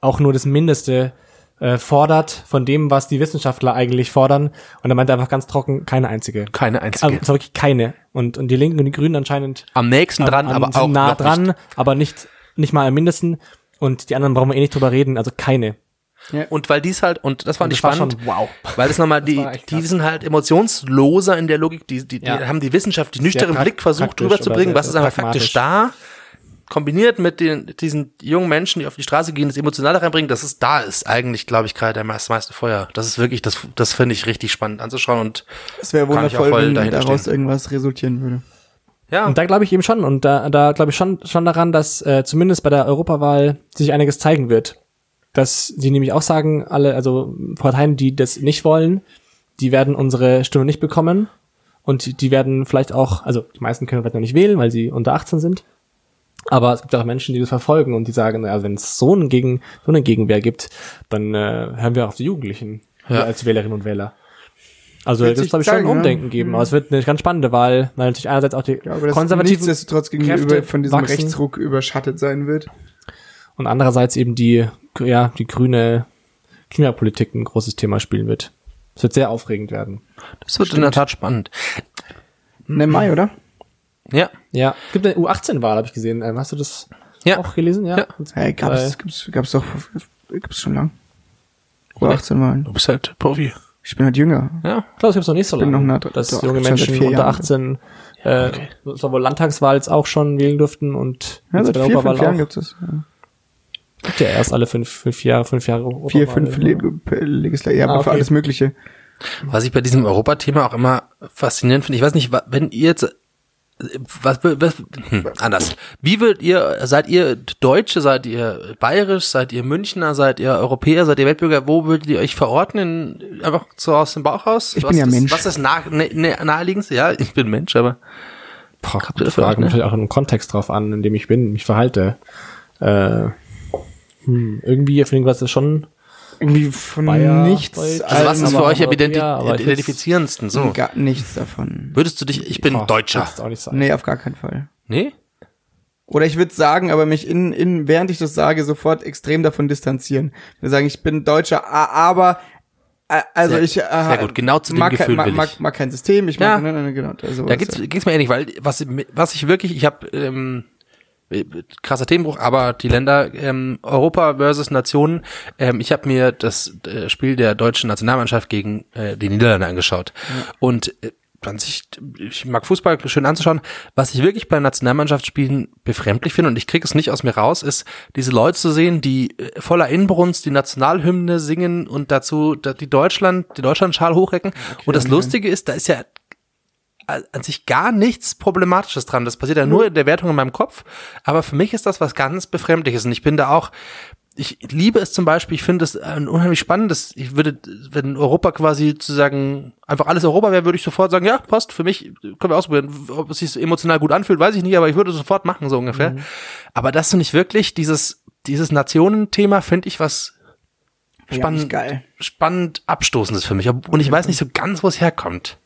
B: auch nur das Mindeste äh, fordert von dem, was die Wissenschaftler eigentlich fordern. Und er meinte einfach ganz trocken, keine einzige.
D: Keine
B: Also,
D: einzige.
B: es war wirklich keine. Und, und die Linken und die Grünen anscheinend
D: Am nächsten dran,
B: am- am-
D: aber auch
B: nah
D: noch
B: dran,
D: Nicht.
B: aber nicht, nicht mal am mindesten. Und die anderen brauchen wir eh nicht drüber reden, also keine.
D: Und weil dies halt, und das fand
B: Und
D: ich
B: das war
D: spannend,
B: schon wow.
D: weil
B: [LAUGHS]
D: das nochmal, die,
B: war echt
D: die
B: krass.
D: sind halt emotionsloser in der Logik, die, die, die
B: Ja.
D: haben die Wissenschaft, die nüchternen
B: pra-
D: Blick versucht
B: praktisch
D: rüberzubringen,
B: oder
D: was
B: sehr
D: ist einfach faktisch da, kombiniert mit den, diesen jungen Menschen, die auf die Straße gehen, das Emotionale reinbringen, dass es da ist, eigentlich, glaube ich, gerade der meist- meiste Feuer. Das ist wirklich, das, das finde ich richtig spannend anzuschauen und,
C: Es wäre
D: Kann ich auch
C: wundervoll,
D: voll
C: wenn
D: dahinter
C: daraus
D: stehen.
C: irgendwas resultieren würde.
D: ja.
B: Und da glaube ich eben schon. Und da, da glaube ich schon, schon daran, dass äh, zumindest bei der Europawahl sich einiges zeigen wird. Dass die nämlich auch sagen, alle, also Parteien, die das nicht wollen, die werden unsere Stimme nicht bekommen. Und die werden vielleicht auch, also die meisten können vielleicht noch nicht wählen, weil sie unter 18 sind. Aber es gibt auch Menschen, die das verfolgen und die sagen, naja, wenn es so, einen Gegen, so eine Gegenwehr gibt, dann äh, hören wir auch auf die Jugendlichen
D: Ja.
B: als Wählerinnen und Wähler. Also
C: Wird
B: das
C: sich
B: glaube ich schon ein
C: zeigen, ja.
B: Umdenken geben, aber es wird eine ganz spannende Wahl, weil natürlich einerseits auch die
C: Mhm. Ja, aber das
B: konservativen
C: nichtsdestotrotz gegenüber
B: Kräfte
C: von diesem
B: wachsen.
C: Rechtsruck überschattet sein wird.
B: und andererseits eben die, ja, die grüne Klimapolitik ein großes Thema spielen wird. Es wird sehr aufregend werden.
D: das wird in der Tat spannend.
C: Ne, Mai, oder?
D: Ja.
B: Ja, es gibt eine U18-Wahl, habe ich gesehen. Ähm, hast du das
D: Ja.
B: auch gelesen? Ja.
D: Ja.
C: Hey, gab's, gab's, gab's doch, gab's schon lang. Oder 18 Mal.
D: Du bist halt Profi.
C: Ich bin halt jünger.
D: Ja.
B: Ich glaube, es gibt noch nicht so
C: bin
B: lange,
C: noch nah-
B: dass
C: doch,
B: junge
C: schon seit
B: Menschen
C: vier
B: unter
C: Jahren.
B: 18 äh,
D: okay.
B: es war wohl Landtagswahl jetzt auch schon wählen durften und
C: Ja,
B: jetzt
C: seit
B: bei der
C: vier,
B: Europawahl
C: fünf Jahren
B: auch.
C: gibt's das. Ja.
B: Gibt ja erst alle fünf, fünf Jahre, fünf Jahre Europawahl,
C: Vier, fünf
B: oder?
C: Legislatur, ja,
B: Ah,
C: aber für
B: okay.
C: alles Mögliche.
D: Was ich bei diesem Europathema auch immer faszinierend finde, ich weiß nicht, wa- wenn ihr jetzt äh, was, was hm, anders. Wie würdet ihr seid ihr Deutsche, seid ihr bayerisch, seid ihr Münchner, seid ihr Europäer, seid ihr Weltbürger, wo würdet ihr euch verordnen? In, einfach so aus dem Bauch raus?
C: Ich
D: was
C: bin ja
D: ist,
C: Mensch.
D: Was ist nach, ne, ne, naheliegendste? Ja, ich bin Mensch, aber
B: Boah,
D: Habt ihr
B: gute
D: das vielleicht,
B: Frage.
D: ne?
B: Natürlich auch im Kontext drauf an, in dem ich bin, mich verhalte. Äh, hm, irgendwie finde ich was ist schon
C: Irgendwie von
B: Bayer,
C: nichts.
B: Deutsch.
D: also was
C: allen-
D: ist
B: aber
D: für euch am
B: Europäer,
D: identi
B: aber ich würd's-
D: identifizierendsten so?
C: Gar nichts davon.
D: Würdest du dich ich bin
B: boah,
D: Deutscher.
B: kann's Auch nicht sagen.
C: Nee, auf gar keinen Fall.
D: Nee?
C: Oder ich würde sagen, aber mich in, in, während ich das sage, sofort extrem davon distanzieren. Wir sagen, ich bin Deutscher, a- aber äh, also
D: Sehr-
C: ich äh,
D: sehr gut, genau zu dem
C: mag,
D: Gefühl
C: mag,
D: will ich.
C: mag, mag kein System, ich
D: Ja.
C: mag nein, nein, nein, genau. Also
D: Da geht's, geht's mir ähnlich, weil was, was ich wirklich, ich habe ähm, äh, krasser Themenbruch, aber die Länder ähm, Europa versus Nationen. Ähm, ich habe mir das äh, Spiel der deutschen Nationalmannschaft gegen äh, die Niederlande angeschaut und äh, an sich, ich mag Fußball schön anzuschauen. Was ich wirklich bei Nationalmannschaftsspielen befremdlich finde und ich kriege es nicht aus mir raus, ist diese Leute zu sehen, die äh, voller Inbrunst die Nationalhymne singen und dazu da- die Deutschland, die Deutschlandschal hochrecken. und das Lustige ist, da ist ja an sich gar nichts Problematisches dran. Das passiert ja nur in der Wertung in meinem Kopf. Aber für mich ist das was ganz Befremdliches. Und ich bin da auch, ich liebe es zum Beispiel, ich finde es äh, ein unheimlich spannendes, ich würde, wenn Europa quasi zu sagen, einfach alles Europa wäre, würde ich sofort sagen, ja, passt, für mich, können wir ausprobieren. Ob es sich emotional gut anfühlt, weiß ich nicht, aber ich würde es sofort machen, so ungefähr. Aber das finde ich wirklich, dieses, dieses Nationenthema finde ich was spannend,
C: ich geil.
D: spannend abstoßendes für mich. Ob- Und ich weiß nicht so ganz, wo es herkommt.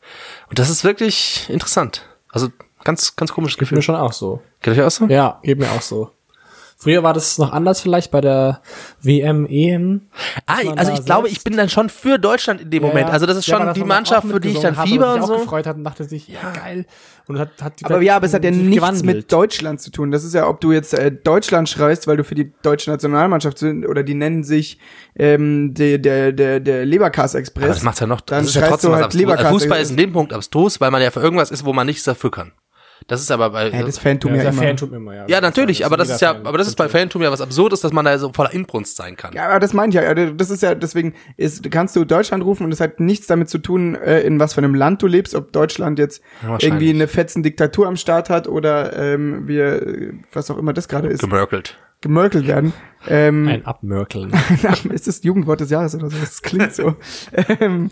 D: Und das ist wirklich interessant. Also, ganz, ganz komisches
B: Geht mir
D: Gefühl.
B: schon auch so.
D: Geht euch auch so?
B: Ja, geht mir auch so. Früher war das noch anders vielleicht bei der E WM, EM.
D: Ah,
B: man
D: also
B: da
D: ich glaube,
B: sitzt.
D: ich bin dann schon für Deutschland in dem Moment. Also das ist
B: Ja,
D: schon
B: aber
D: die
B: man auch
D: Mannschaft, für die ich dann
B: mitgesungen habe
D: Fieber
B: sich
D: und
B: auch
D: so.
B: gefreut hat und dachte sich, ja, geil. Und hat, hat die
C: Aber ja, aber es hat ja
B: sich
C: nichts
B: gewandelt.
C: mit Deutschland zu tun. Das ist ja, ob du jetzt äh, Deutschland schreist, weil du für die deutsche Nationalmannschaft sind oder die nennen sich ähm, der der der der Leberkas
D: Aber das
C: Express.
D: macht's ja noch,
C: Dann
D: das ist ja
C: schreist
D: trotzdem
C: du
D: was
C: halt
D: abstrus. Also
C: Leberkasse.
D: Fußball ist in dem Punkt abstrus, weil man ja für irgendwas ist, wo man nichts dafür kann. Das ist aber bei,
C: ja, das Phantom ja,
B: Ja,
C: ja
B: der
C: immer.
B: Fan tut mir immer, ja.
D: ja natürlich, aber das ist ja, aber das ist bei
B: Fan.
D: Fantum ja was Absurdes, dass man da so voller Inbrunst sein kann.
C: Ja, aber das meine ich ja. Also Das ist ja, deswegen ist, kannst du Deutschland rufen und es hat nichts damit zu tun, äh, in was für einem Land du lebst, ob Deutschland jetzt
D: Ja, wahrscheinlich.
C: irgendwie eine fetzen Diktatur am Start hat oder ähm, wir, äh, was auch immer das gerade ist,
D: Gemörkelt.
C: gemörkelt werden. Ähm, [LAUGHS]
B: Ein Abmörkeln.
C: ist das Jugendwort des Jahres oder so? Das klingt
D: [LAUGHS]
C: so. ähm,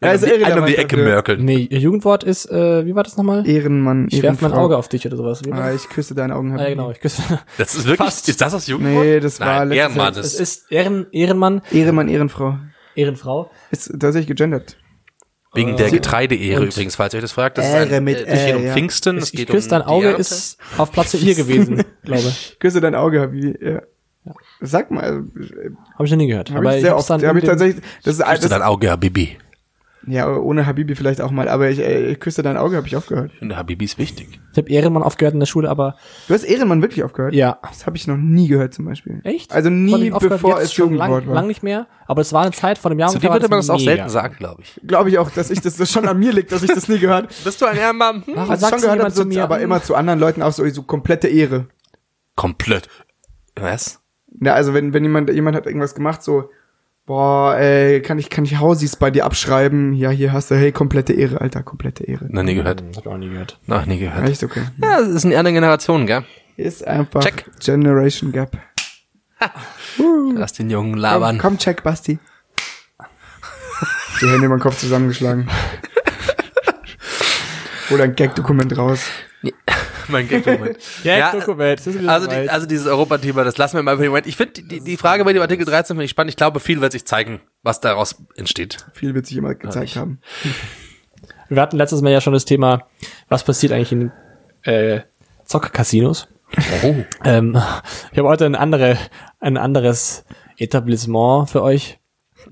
C: ja, ist
D: Einen um
C: irrelevant
D: die Ecke
C: dafür.
D: gemörkelt.
B: nee, ihr Jugendwort ist, äh, wie war das nochmal?
C: Ehrenmann,
B: Ich werf mein Auge auf dich oder sowas. Wie war
C: Ah,
B: das?
C: ich küsse deine Augen.
B: Ah, ja, genau, ich küsse.
D: Das ist wirklich,
B: Fast.
D: ist das das Jugendwort?
C: Nee, das war
D: Nein,
C: letztes
D: Ehrenmann
B: [LAUGHS] Es
D: ist.
B: ist Ehren, Ehrenmann,
C: Jahr. Ehrenmann, Ehrenfrau.
B: Ehrenfrau.
C: Ist tatsächlich gegendert.
D: Wegen der Getreideehre
B: Und-
D: übrigens, falls ihr euch das fragt. Das ist
C: Ehre
D: ein,
C: mit
D: äh, es geht
C: Ä,
D: um
C: ja.
D: Pfingsten, es
B: Ich, ich
D: geht
B: küsse
D: um
B: dein
D: die
B: Auge
D: Ernte.
B: ist auf Platz 4 gewesen,
C: [LAUGHS]
B: glaube ich.
C: Ich küsse dein Auge, Habi. Ja. Sag mal, äh,
B: Habe ich noch nie gehört.
C: hab
B: aber
C: ich sehr
B: hab's
C: oft.
B: dann
C: Hab
B: in
C: ich
B: dem-
C: tatsächlich, das ist,
D: Küsse
C: das,
D: dein Auge, Habibi.
C: ja, ohne Habibi vielleicht auch mal, aber ich, äh, ich küsse dein Auge, habe ich aufgehört.
D: Ich finde, Habibi ist wichtig.
B: Ich habe Ehrenmann aufgehört in der Schule, aber
C: Du hast Ehrenmann wirklich aufgehört?
B: ja.
C: Das habe ich noch nie gehört zum Beispiel.
B: Echt?
C: Also
B: Von
C: nie
B: den Aufgaben
C: bevor
B: jetzt
C: es
B: schon
C: Jugendwort
B: lang,
C: war.
B: lang nicht mehr, aber es war eine Zeit vor einem Jahr.
D: Zu
B: und
D: dir
B: da
D: würde
B: war
D: man
B: das
D: das auch
B: mega.
D: selten sagen, glaube ich.
C: Glaube ich auch, dass ich das, das schon an mir liegt, dass ich das
B: [LAUGHS]
C: nie gehört.
D: Bist du ein Ehrenmann? Hm?
B: Warum
C: Also
B: sagt
C: schon gehört,
B: jemand
C: aber, so,
B: zu mir,
C: aber
B: hm,
C: immer zu anderen Leuten auch so, so komplette Ehre.
D: Komplett. Was?
C: Ja, also wenn, wenn jemand, jemand hat irgendwas gemacht, so, boah, ey, kann ich, kann ich Hausies bei dir abschreiben? Ja, hier hast du, hey, komplette Ehre, Alter, komplette Ehre.
D: Noch nie gehört.
B: Hab ich auch nie gehört.
D: Noch nie gehört.
C: Echt okay.
D: Ja, das ist eine andere Generation, gell?
C: Ist einfach
D: Check.
C: Generation Gap.
D: Lass den Jungen
C: Komm,
D: labern.
C: komm, check, Basti. Die Hände über den Kopf zusammengeschlagen. Oder ein Gag-Dokument raus.
D: [LAUGHS] Mein Gag-Moment.
B: Ja, Dokument. Das ist wieder
D: also, die,
B: soweit.
D: also dieses Europathema, das lassen wir mal für den Moment. Ich finde die- die, die Frage bei dem Artikel 13 finde ich spannend. Ich glaube, viel wird sich zeigen, was daraus entsteht.
C: Viel wird sich immer gezeigt haben.
B: Wir hatten letztes Mal ja schon das Thema, was passiert eigentlich in äh, Zocker-Casinos.
D: Oh.
B: Ähm, ich habe heute ein, andere, ein anderes Etablissement für euch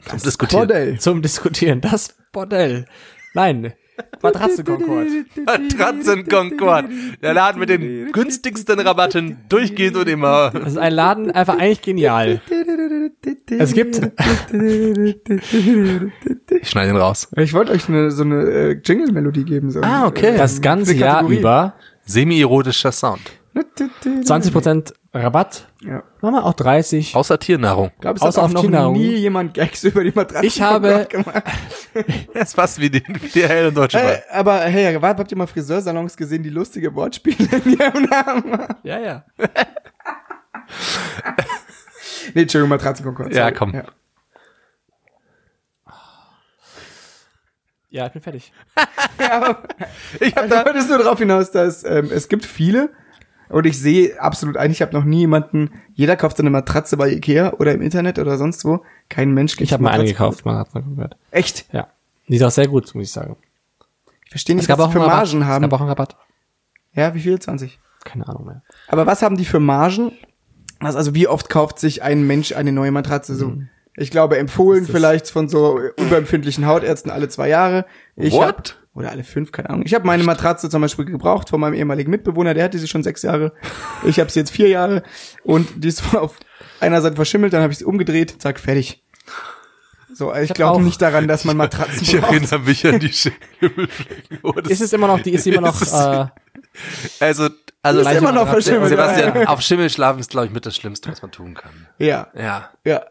D: Zum Diskutieren.
C: Bordell.
B: zum Diskutieren. Das Bordell. Nein, Matratze-Konkord.
D: Matratzen Concord. Der Laden mit den günstigsten Rabatten durchgehend und immer.
B: Das ist ein Laden, einfach eigentlich genial. Es gibt,
D: Ich schneide ihn raus.
C: Ich wollte euch eine, so eine äh, Jingle-Melodie geben. So äh,
D: Ah, okay.
B: das ganze
C: für
B: Jahr
C: Kategorie.
B: über
D: Semi-erotischer Sound.
B: 20% Rabatt.
C: Ja.
B: Machen wir auch 30.
D: Außer Tiernahrung.
C: Ich glaube, es
B: Außer
C: hat
B: auf
C: auch noch
B: Kinderaugen.
C: nie jemand Gags über die Matratze
B: Ich habe-
C: gemacht.
D: [LAUGHS] Das ist fast wie die, wie die Hell in Deutschland.
C: Äh, aber hey, warte, habt ihr mal Friseursalons gesehen, die lustige Wortspiele in ihrem Namen haben?
B: Ja, ja.
C: Nee, Entschuldigung, Matratzenkonkurs.
D: Ja, komm.
B: Ja, ich bin fertig.
D: Ich hab
C: Also, da würdest du drauf hinaus, dass ähm, es gibt viele und ich sehe absolut ein, ich habe noch nie jemanden, jeder kauft so eine Matratze bei Ikea oder im Internet oder sonst wo. Kein Mensch kriegt
B: Ich habe
C: eine
B: mal eine
C: Matratze.
B: gekauft, man hat mal gehört.
C: Echt?
B: Ja. Die ist auch sehr gut, muss ich sagen.
C: Ich verstehe nicht, was die für
B: einen Rabatt.
C: Margen
B: Es
C: haben.
B: gab auch einen Rabatt.
C: Ja, wie viel? 20.
B: Keine Ahnung mehr.
C: Aber was haben die für Margen? Was, also wie oft kauft sich ein Mensch eine neue Matratze so? Ich glaube, empfohlen vielleicht von so überempfindlichen Hautärzten alle zwei Jahre. Ich
D: What?
C: Hab, oder alle fünf, keine Ahnung. Ich habe meine Matratze zum Beispiel gebraucht von meinem ehemaligen Mitbewohner, der hatte sie schon sechs Jahre. Ich habe sie jetzt vier Jahre und die ist [LAUGHS] auf einer Seite verschimmelt, dann habe ich sie umgedreht, zack, fertig. So, also ich
B: hab
C: glaube
B: auch-
C: nicht daran, dass man Matratzen
D: Ich
C: braucht.
D: erinnere mich an die Schimmelflecken. Oh, das-
B: Ist es immer noch, die [LAUGHS] ist immer noch,
D: Ist es-
B: äh,
D: also, also
C: ist immer noch verschimmelt.
D: Sebastian, auf Schimmel schlafen ist, glaube ich, mit das Schlimmste, was man tun kann.
C: Ja,
D: Ja,
C: ja.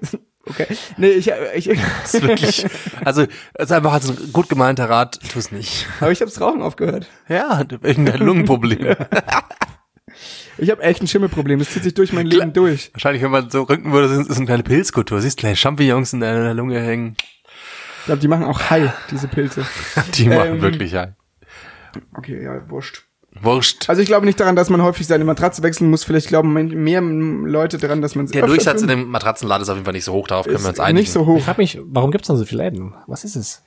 C: [LAUGHS] okay. Nee, ich, ich [LAUGHS]
D: das ist [LAUGHS] wirklich, also, es ist einfach also ein gut gemeinter Rat, tu es nicht.
C: aber ich habe Rauchen aufgehört.
D: Ja, wegen der Lungenprobleme.
C: Ich habe echt ein Schimmelproblem. Das zieht sich durch mein Leben durch.
D: Wahrscheinlich, wenn man so rücken würde, sind es eine kleine Pilzkultur. Siehst kleine Champignons in deiner Lunge hängen.
C: Ich glaube, die machen auch Hai, diese Pilze.
D: [LAUGHS] Die machen
C: Ähm.
D: wirklich ein.
C: Okay, ja, wurscht.
D: Wurscht.
C: Also ich glaube nicht daran, dass man häufig seine Matratze wechseln muss. Vielleicht glauben mehr Leute daran, dass man
D: Der Durchsatz in dem Matratzenladen ist auf jeden Fall nicht so hoch, darauf können wir uns einigen.
C: nicht so
B: Ich
C: hoch.
B: frage mich, warum gibt's denn so viele Läden? Was ist es?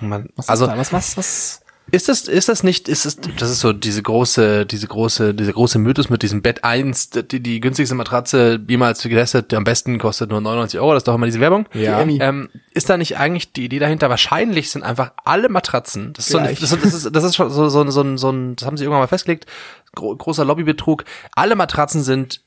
D: Man,
B: Was
D: also
B: ist da? was, was, was?
D: Ist das, ist das nicht, ist das, das ist so diese große, diese große, dieser große Mythos mit diesem Bett 1, die, die günstigste Matratze jemals getestet, am besten kostet nur 99 Euro, das ist doch immer diese Werbung.
B: Ja.
C: Die Emmy.
D: Ähm, ist da nicht eigentlich die Idee dahinter? Wahrscheinlich sind einfach alle Matratzen, das ist, so eine,
C: Gleich.
D: das, ist- das ist, das ist schon so, so, so, ein- so ein, das haben sie irgendwann mal festgelegt, gro großer Lobbybetrug, alle Matratzen sind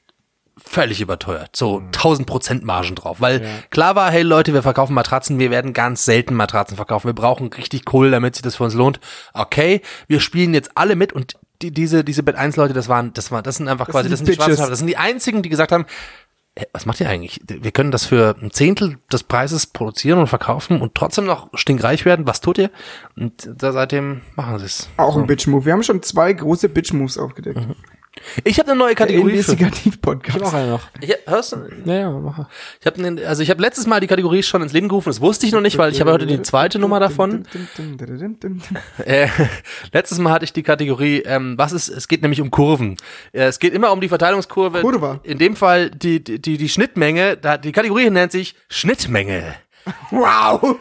D: völlig überteuert. So
C: Mhm.
D: 1000% Margen drauf. Weil klar war, hey Leute, wir verkaufen Matratzen, wir werden ganz selten Matratzen verkaufen. Wir brauchen richtig Kohle, damit sich das für uns lohnt. Okay, wir spielen jetzt alle mit und die, diese, diese Bett 1 Leute, das waren, das waren, das sind einfach quasi,
C: sind
D: das
C: die
D: sind die schwarzen
C: Bitches.
D: Schafe. Das sind die einzigen, die gesagt haben, "Hä, was macht ihr eigentlich? Wir können das für ein Zehntel des Preises produzieren und verkaufen und trotzdem noch stinkreich werden. Was tut ihr? Und da, seitdem machen sie es.
C: Auch ein Bitch-Move. Wir haben schon zwei große Bitch-Moves aufgedeckt.
D: Ich habe eine neue
C: Der
D: Mhm. Kategorie. Für,
B: Ich hab auch
C: Investigativ-Podcast.
B: eine noch.
D: ich, hörst du?
B: Ja, ja, mach.
D: Ich habe den, also ich habe letztes Mal die Kategorie schon ins Leben gerufen. Das wusste ich noch nicht, weil ich habe heute die zweite Nummer davon. Äh, [LAUGHS] letztes Mal hatte ich die Kategorie, ähm, was ist? Es geht nämlich um Kurven. Äh, es geht immer um die Verteilungskurve.
C: Kurva.
D: In dem Fall die die die, die Schnittmenge. Da, die Kategorie nennt sich Schnittmenge.
C: Wow!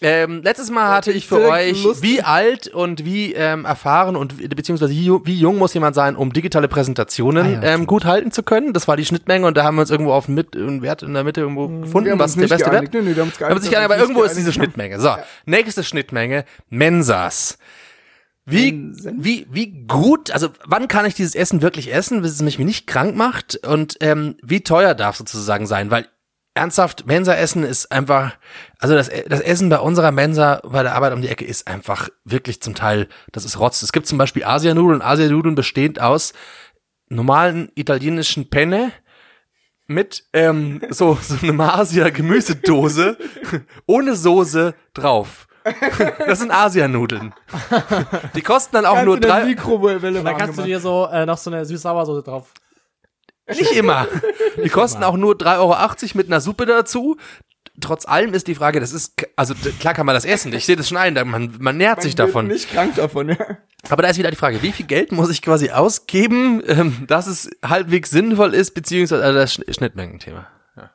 D: Ähm, letztes Mal hatte ich für
C: direkt
D: euch,
C: lustig.
D: wie alt und wie ähm, erfahren und wie- beziehungsweise wie, ju- wie jung muss jemand sein, um digitale Präsentationen
C: Ah
D: ähm, gut halten zu können. Das war die Schnittmenge und da haben wir uns irgendwo auf einen, Mit äh, einen Wert in der Mitte irgendwo
C: Wir
D: gefunden,
C: haben uns
D: was der
C: nicht
D: beste
C: geeinigt.
D: Wert.
C: Nö, nö, wir haben uns
D: Aber
C: geeinigt,
D: sich
C: wir haben
D: gerne, aber
C: uns nicht
D: irgendwo ist diese
C: geeinigt.
D: Schnittmenge. So, nächste Schnittmenge, Mensas. Wie, wie, wie gut, also wann kann ich dieses Essen wirklich essen, bis es mich nicht krank macht und ähm, wie teuer darf sozusagen sein, weil ernsthaft, Mensa-Essen ist einfach, also das, das Essen bei unserer Mensa, bei der Arbeit um die Ecke ist einfach wirklich zum Teil, das ist Rotz. Es gibt zum Beispiel Asianudeln, Asianudeln bestehend aus normalen italienischen Penne, mit ähm, so, so eine
C: [LAUGHS]
D: Asia-Gemüsedose ohne Soße drauf. Das sind Asianudeln. Die kosten dann auch
C: Kannst
D: nur
C: du eine
D: drei.
C: Mikrowelle
B: Da
C: warm
B: kannst du
C: gemacht.
B: dir so äh, noch so eine süß-sauersoße drauf.
D: Nicht immer. Die kosten auch nur 3,80 Euro mit einer Suppe dazu. Trotz allem ist die Frage, das ist, k- also d- klar kann man das essen, ich sehe das schon ein, da- man, man nährt sich
C: Wird
D: davon.
C: Nicht krank davon, ja.
D: Aber da ist wieder die Frage, wie viel Geld muss ich quasi ausgeben, ähm, dass es halbwegs sinnvoll ist, beziehungsweise also das Schn- Schnittmengenthema. Ja.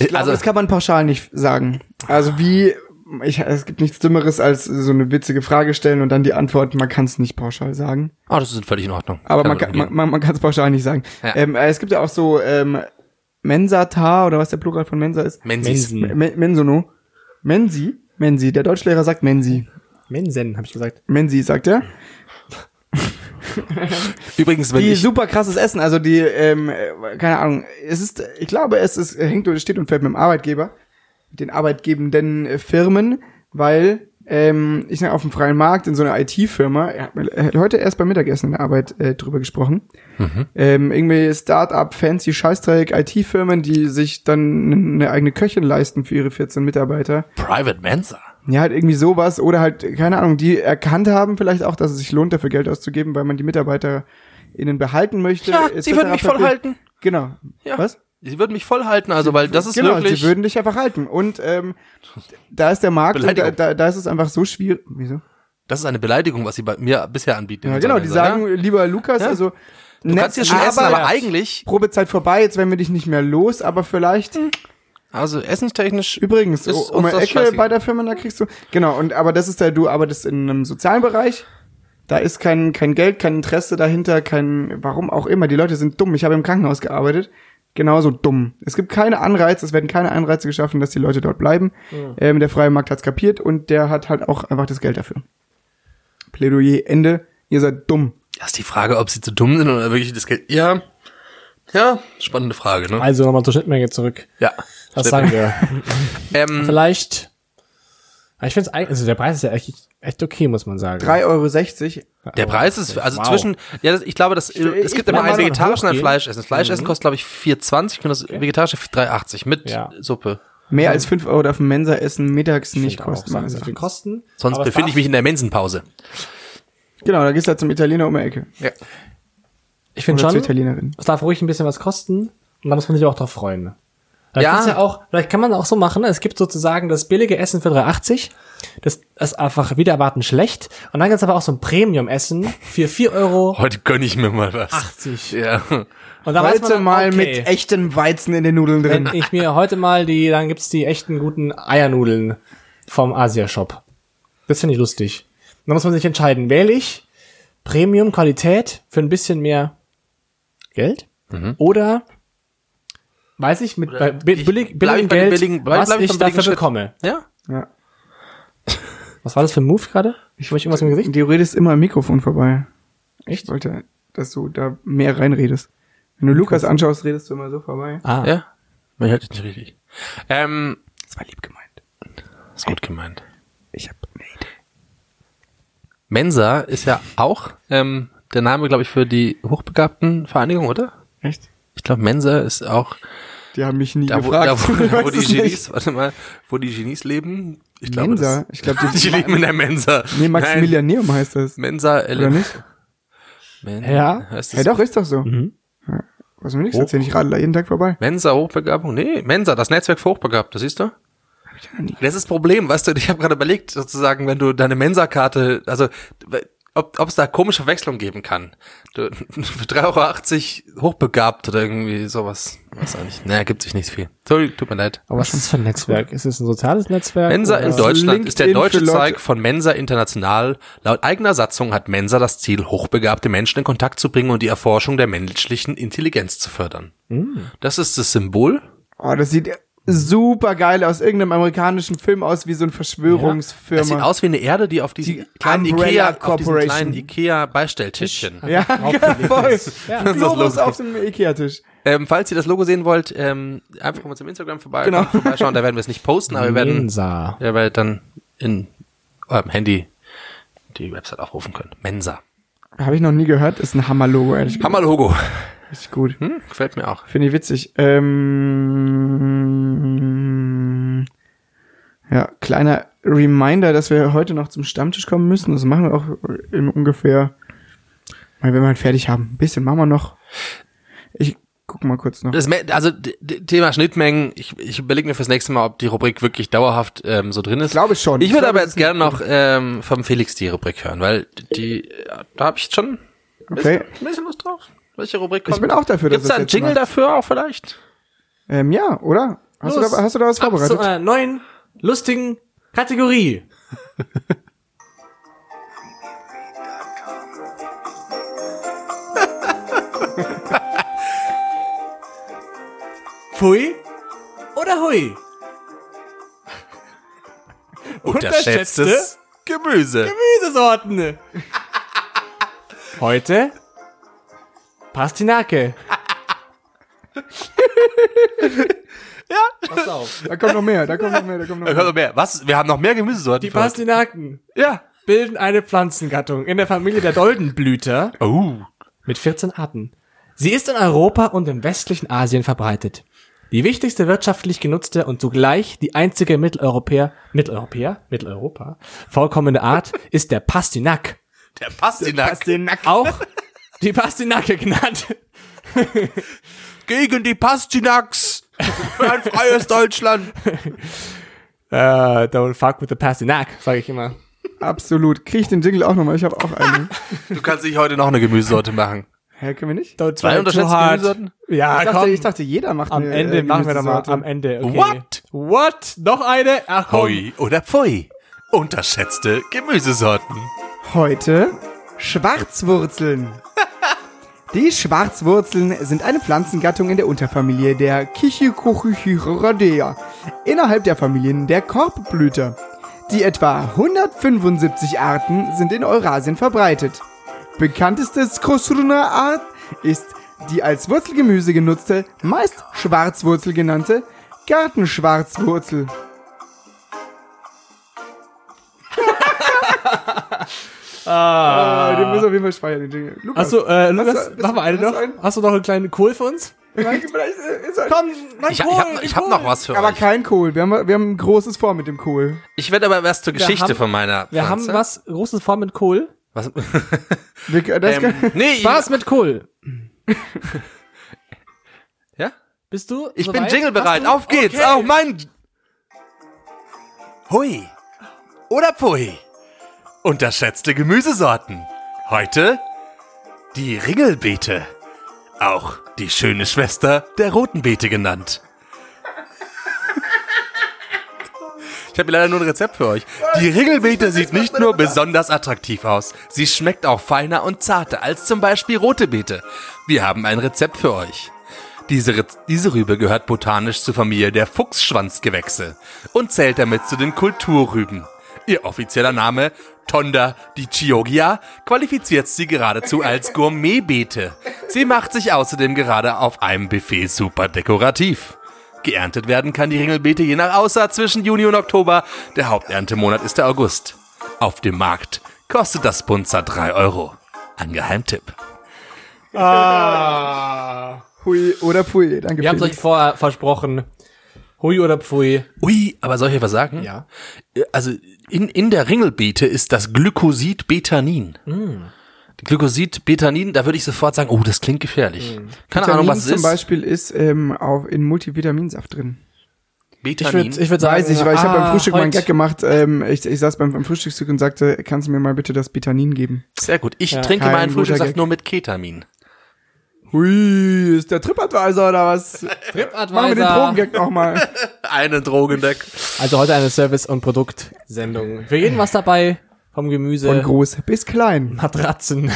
C: Also,
D: also,
C: das kann man pauschal nicht sagen. Also wie, ich, es gibt nichts Dümmeres als so eine witzige Frage stellen und dann die Antwort, man kann es nicht pauschal sagen.
D: ah, das ist völlig in Ordnung.
C: Aber
D: Kann
C: man, kann-
D: umgehen.
C: man, man, man kann es pauschal nicht sagen.
D: Also, Ja.
C: Ähm, äh, es gibt ja auch so ähm, Mensatar oder was der Plural von Mensa ist.
D: Mensis.
B: Mensen.
C: Me- Mensono. Mensi? Mensi. Der Deutschlehrer sagt Mensi.
B: Mensen, habe ich gesagt.
C: Mensi, sagt er.
D: Übrigens, wenn
C: Die
D: ich,
C: super krasses Essen, also die, ähm, äh, keine Ahnung, es ist, ich glaube, es ist, hängt oder steht und fällt mit dem Arbeitgeber, mit den arbeitgebenden äh, Firmen, weil ähm, ich sag auf dem freien Markt in so einer IT-Firma, er hat mir er hat heute erst beim Mittagessen in der Arbeit äh, drüber gesprochen,
D: Mhm.
C: ähm, irgendwie Start-up, fancy Scheißdreieck, IT-Firmen, die sich dann eine eigene Köchin leisten für ihre 14 Mitarbeiter.
D: Private Mensa.
C: Ja, halt irgendwie sowas oder halt, keine Ahnung, die erkannt haben vielleicht auch, dass es sich lohnt, dafür Geld auszugeben, weil man die MitarbeiterInnen behalten möchte.
D: Ja,
C: etc.
D: sie würden mich voll
C: pp.
D: halten.
C: Genau.
D: Ja.
C: Was?
D: Sie würden mich voll halten, also weil das ist
C: genau,
D: wirklich.
C: sie würden dich einfach halten. Und ähm, da ist der Markt und da,
D: Beleidigung.
C: da, da ist es einfach so schwierig. Wieso?
D: das ist eine Beleidigung, was sie bei mir bisher anbieten.
C: Ja, genau, die sagen, lieber Lukas,
D: Ja.
C: also
D: du kannst ja schon essen, aber eigentlich,
C: Probezeit vorbei, jetzt werden wir dich nicht mehr los, aber vielleicht
D: also essenstechnisch.
C: Übrigens,
D: Ist
C: o- um
D: uns
C: eine
D: das
C: Ecke
D: scheißegal.
C: bei der Firma, da kriegst du. Genau, und aber das ist da, du arbeitest in einem sozialen Bereich. Da ist kein, kein Geld, kein Interesse dahinter, kein, warum auch immer. Die Leute sind dumm. Ich habe im Krankenhaus gearbeitet. Genauso dumm. Es gibt keine Anreize, es werden keine Anreize geschaffen, dass die Leute dort bleiben. Ähm, der freie Markt hat's kapiert und der hat halt auch einfach das Geld dafür. Plädoyer, Ende. Ihr seid dumm.
D: Das ist die Frage, ob sie zu dumm sind oder wirklich das Geld. Ja. Ja, spannende Frage, ne?
B: Also nochmal zur Schnittmenge zurück.
D: Ja.
B: Was sagen wir?
D: Ähm,
B: Vielleicht. Ja, Ich finde es eigentlich, also der Preis ist ja echt, echt okay, muss man sagen.
C: 3,60 Euro.
D: der Preis ist, also
B: Wow.
D: zwischen, ja, das, ich glaube, das, es
B: ich-
D: gibt immer
B: wenn
D: ein
B: man
D: vegetarisches und ein
B: hochgeht-
D: Fleischessen. Das Fleischessen
C: Mhm.
D: kostet, glaube ich, 4,20 und das vegetarische 3,80 mit
B: Ja.
D: Suppe.
C: Mehr als 5 Euro darf ein Mensa-Essen mittags nicht kosten.
B: Sagen
C: meines
B: sie, die
C: Erachtens.
B: Kosten.
D: Sonst
B: Aber es
D: befinde
B: darf-
D: ich mich in der Mensenpause.
C: Genau, da gehst du halt zum Italiener um die Ecke.
D: Ja.
B: Ich finde
C: Oder
B: schon,
C: zur Italienerin.
B: es darf ruhig ein bisschen was kosten und da muss man sich auch drauf freuen. Vielleicht,
D: Ja.
B: ja. ja auch, vielleicht kann man auch so machen, ne? es gibt sozusagen das billige Essen für 3,80, das ist einfach wieder erwarten schlecht und dann gibt's aber auch so ein Premium-Essen für 4,80 Euro.
D: Heute gönn ich mir mal was. Ja.
B: Und da weiß man
C: Heute
B: dann,
C: mal
B: okay,
C: mit echtem Weizen in den Nudeln
B: wenn
C: drin.
B: ich mir heute mal die, dann gibt's die echten guten Eiernudeln vom Asia-Shop. Das finde ich lustig. Da muss man sich entscheiden, wähle ich Premium-Qualität für ein bisschen mehr Geld oder weiß ich mit bei, bi-
D: Mhm. ich-
B: billig,
D: bleib
B: billigem
D: ich bei den
B: Geld,
D: billigen- bleib-
B: was
D: bleib ich
B: ich
D: beim
B: dafür
D: billigen Schritt.
B: bekomme.
D: Ja.
C: Ja.
B: Was war das für ein Move gerade? Ich wollte irgendwas im Gesicht.
C: Du redest immer am Mikrofon vorbei. Ich
B: Echt?
C: wollte, dass du da mehr reinredest. Wenn du Lukas anschaust, redest du immer so vorbei.
B: Ah,
D: Ja. Man hört dich nicht richtig. Ähm,
C: Das war lieb gemeint.
D: ist gut gemeint.
C: Ich hab eine Idee.
D: Mensa ist ja auch ähm, der Name, glaube ich, für die Hochbegabtenvereinigung, oder?
C: Echt?
D: Ich glaube, Mensa ist auch
C: Die haben mich nie
D: da, wo,
C: gefragt. [LAUGHS]
D: da, [LAUGHS] wo,
C: Ich
D: da, wo
C: weiß
D: die
C: es
D: Genies,
C: nicht.
D: warte mal, wo die Genies leben. Ich glaube,
C: Mensa.
D: Das,
C: Ich glaube, die,
D: [LAUGHS] die leben in der Mensa.
C: nee, Maximilianeum heißt das.
D: Nein, Mensa
C: Oder
D: erlebt.
C: nicht?
D: Men
B: Ja.
D: Heißt
C: Ja,
D: das
C: doch, ist doch so.
B: Mhm.
C: Ja, Was mir nichts erzählen, ich radel da jeden Tag vorbei.
D: Mensa Hochbegabung? Nee, Mensa, das Netzwerk für Hochbegabte, siehst du? Das ist das Problem, weißt du, ich habe gerade überlegt, sozusagen, wenn du deine Mensa-Karte, also ob es da komische Verwechslung geben kann. Du, [LAUGHS] für 3,80 Euro hochbegabt oder irgendwie sowas. Weiß auch nicht. Naja, gibt sich nicht viel. Sorry, tut mir leid.
B: aber was ist das für ein Netzwerk? Ist es ein soziales Netzwerk?
D: Mensa in
B: oder-
D: Deutschland ist der
C: LinkedIn für
D: deutsche
C: Leute.
D: Zweig von Mensa International. Laut eigener Satzung hat Mensa das Ziel, hochbegabte Menschen in Kontakt zu bringen und die Erforschung der menschlichen Intelligenz zu fördern.
C: Hm.
D: Das ist das Symbol.
C: Oh, das sieht super geil aus irgendeinem amerikanischen Film aus, wie so eine Verschwörungsfirma.
D: Das sieht aus wie eine Erde, die auf diesen
C: Die
D: kleinen
C: Umbrella
D: Ikea, auf diesen
C: Corporation.
D: kleinen Ikea Beistelltischchen.
C: ja, voll.
D: Das ist das
C: Globus
D: Logo.
C: auf dem Ikea-Tisch.
D: Ähm, falls ihr das Logo sehen wollt, ähm, einfach mal zum Instagram vorbei,
C: Genau.
D: vorbeischauen. Da werden wir es nicht posten, aber wir werden,
B: Mensa.
D: ihr werdet dann in eurem Handy die Website aufrufen können. Mensa.
C: Habe ich noch nie gehört. Ist ein Hammer-Logo, ehrlich gesagt.
D: Hammer Logo.
C: Richtig gut.
D: Hm, gefällt mir auch.
C: Finde ich witzig. Ähm, ja, kleiner Reminder, dass wir heute noch zum Stammtisch kommen müssen. Das machen wir auch in ungefähr, mal wenn wir halt fertig haben. Ein bisschen machen wir noch. Ich guck mal kurz noch.
D: Das, Me- also d- d- Thema Schnittmengen, ich, ich überlege mir fürs nächste Mal, ob die Rubrik wirklich dauerhaft ähm, so drin ist.
C: Glaube ich schon.
D: Ich würde
C: Glaube,
D: aber
C: das
D: jetzt gerne noch ähm, vom Felix die Rubrik hören, weil die, äh, da habe ich schon ein bisschen,
C: Okay.
D: ein bisschen Lust drauf. Welche Rubrik kommt?
C: Ich bin auch dafür, dass
D: Gibt's da
C: das
D: einen
C: jetzt
D: Jingle
C: mal-
D: dafür auch vielleicht?
C: Ähm, ja, oder? Hast du,
B: Los. äh.
C: da, hast du da was
B: Ab zu
C: vorbereitet?
B: einer neuen, lustigen Kategorie. [LAUGHS] Pfui oder hui? Unterschätzte
D: Gemüse.
C: [LAUGHS]
B: Gemüsesorten. Heute Pastinake. [LAUGHS] ja. Pass auf.
C: Da kommt noch mehr, da kommt noch mehr, da
D: [LAUGHS]
C: kommt noch
D: Hör
C: mehr.
D: doch mehr. Was? Wir haben noch mehr Gemüsesorten.
B: Die
D: für heute.
B: Pastinaken
D: Ja.
B: bilden eine Pflanzengattung in der Familie der Doldenblüter
D: Oh.
B: mit 14 Arten. Sie ist in Europa und im westlichen Asien verbreitet. Die wichtigste wirtschaftlich genutzte und zugleich die einzige Mitteleuropäer, Mitteleuropäer, Mitteleuropa vorkommende Art ist der Pastinak.
D: Der Pastinak.
B: Auch die Pastinake genannt.
D: Gegen die Pastinaks. Für ein freies Deutschland.
B: Äh, don't fuck with the Pastinak, sage ich immer.
C: Absolut. Krieg ich den Jingle auch nochmal? Ich habe auch
B: [LAUGHS]
C: einen.
D: Du kannst dich heute noch eine Gemüsesorte machen.
C: Hä, können wir nicht?
B: Don't
D: Zwei
B: try too
D: unterschätzte
B: hard.
D: Gemüsesorten?
B: Ja,
C: ich,
B: Ah, komm.
C: dachte, ich dachte, jeder macht
B: am
C: eine,
B: Ende
C: äh,
B: machen wir doch mal
C: Gemüsesorte.
B: am Ende. Okay.
D: What?
B: What? Noch eine? Ach komm.
D: Hoi oder Pfui. Unterschätzte Gemüsesorten.
C: Heute Schwarzwurzeln. Die Schwarzwurzeln sind eine Pflanzengattung in der Unterfamilie der Chichicochichyrodea innerhalb der Familien der Korbblüter. Die etwa 175 Arten sind in Eurasien verbreitet. Bekannteste Scosurna Art ist die als Wurzelgemüse genutzte, meist Schwarzwurzel genannte Gartenschwarzwurzel. Ah, den müssen wir auf jeden Fall speichern, den Jingle. Lukas,
B: Achso, äh, Lukas,
C: du- bist
B: mach mal eine
C: du-
B: noch.
C: hast du einen?
B: Hast du noch einen kleinen Kohl für uns?
C: vielleicht, vielleicht äh, ist er
B: Komm, mein
D: Ich, ich habe ich hab noch was für
C: Aber
D: euch.
C: kein Kohl. Wir haben, wir haben ein großes Vor mit dem Kohl.
D: Ich werde aber was zur Geschichte
B: haben-
D: von meiner
B: Wir haben
D: Pflanze.
B: was Großes vor mit Kohl.
D: was?
C: Wir, das
D: ähm, nee,
B: Spaß mit Kohl.
D: ja?
B: Bist du?
D: Ich bin
B: soweit?
D: jinglebereit.
B: Hast du-
D: Auf geht's.
B: Okay.
D: Auf mein. Hui. Oder Pui. Unterschätzte Gemüsesorten. Heute die Ringelbeete. Auch die schöne Schwester der roten Beete genannt. [LAUGHS] Ich habe leider nur ein Rezept für euch. Die Ringelbeete sieht nicht nur besonders attraktiv aus, sie schmeckt auch feiner und zarter als zum Beispiel rote Beete. Wir haben ein Rezept für euch. Diese, Ritz- diese Rübe gehört botanisch zur Familie der Fuchsschwanzgewächse und zählt damit zu den Kulturrüben. Ihr offizieller Name, Tonda di Chioggia, qualifiziert sie geradezu als Gourmetbeete. Sie macht sich außerdem gerade auf einem Buffet super dekorativ. Geerntet werden kann die Ringelbeete je nach Aussaat zwischen Juni und Oktober. Der Haupterntemonat ist der August. Auf dem Markt kostet das Punzer 3 Euro. Ein Geheimtipp.
C: Hui oder Pui, danke
B: Wir haben euch
C: Felix.
B: vorher versprochen. Hui oder Pfui.
D: Ui, aber soll ich euch was sagen?
B: Ja.
D: Also in, in der Ringelbeete ist das Glycosid Betanin. Glycosid Betanin, da würde ich sofort sagen, oh, das klingt gefährlich. Keine Ahnung,
C: Vitamin
D: was es
C: zum
D: ist.
C: Beispiel ist ähm, auf, in Multivitaminsaft drin.
B: Ich würde ich würd sagen,
C: Weiß ich, weil ich habe beim
B: ah,
C: Frühstück mal einen
B: heute-
C: Gag gemacht. Ähm, ich, ich saß beim, beim Frühstückszug und sagte, kannst du mir mal bitte das Bitanin geben?
D: Sehr gut. Ich trinke
C: kein
D: meinen
C: guter
D: Frühstückssaft
C: Gag.
D: nur mit Ketamin.
C: Hui, ist der TripAdvisor oder
D: [LAUGHS]
C: was? Machen wir den
B: TripAdvisor.
C: Drogengag nochmal.
D: Eine Drogen weg.
B: Also heute eine Service- und Produktsendung. Für jeden was dabei. Vom Gemüse,
C: Von groß bis klein.
B: Matratzen.
D: Aber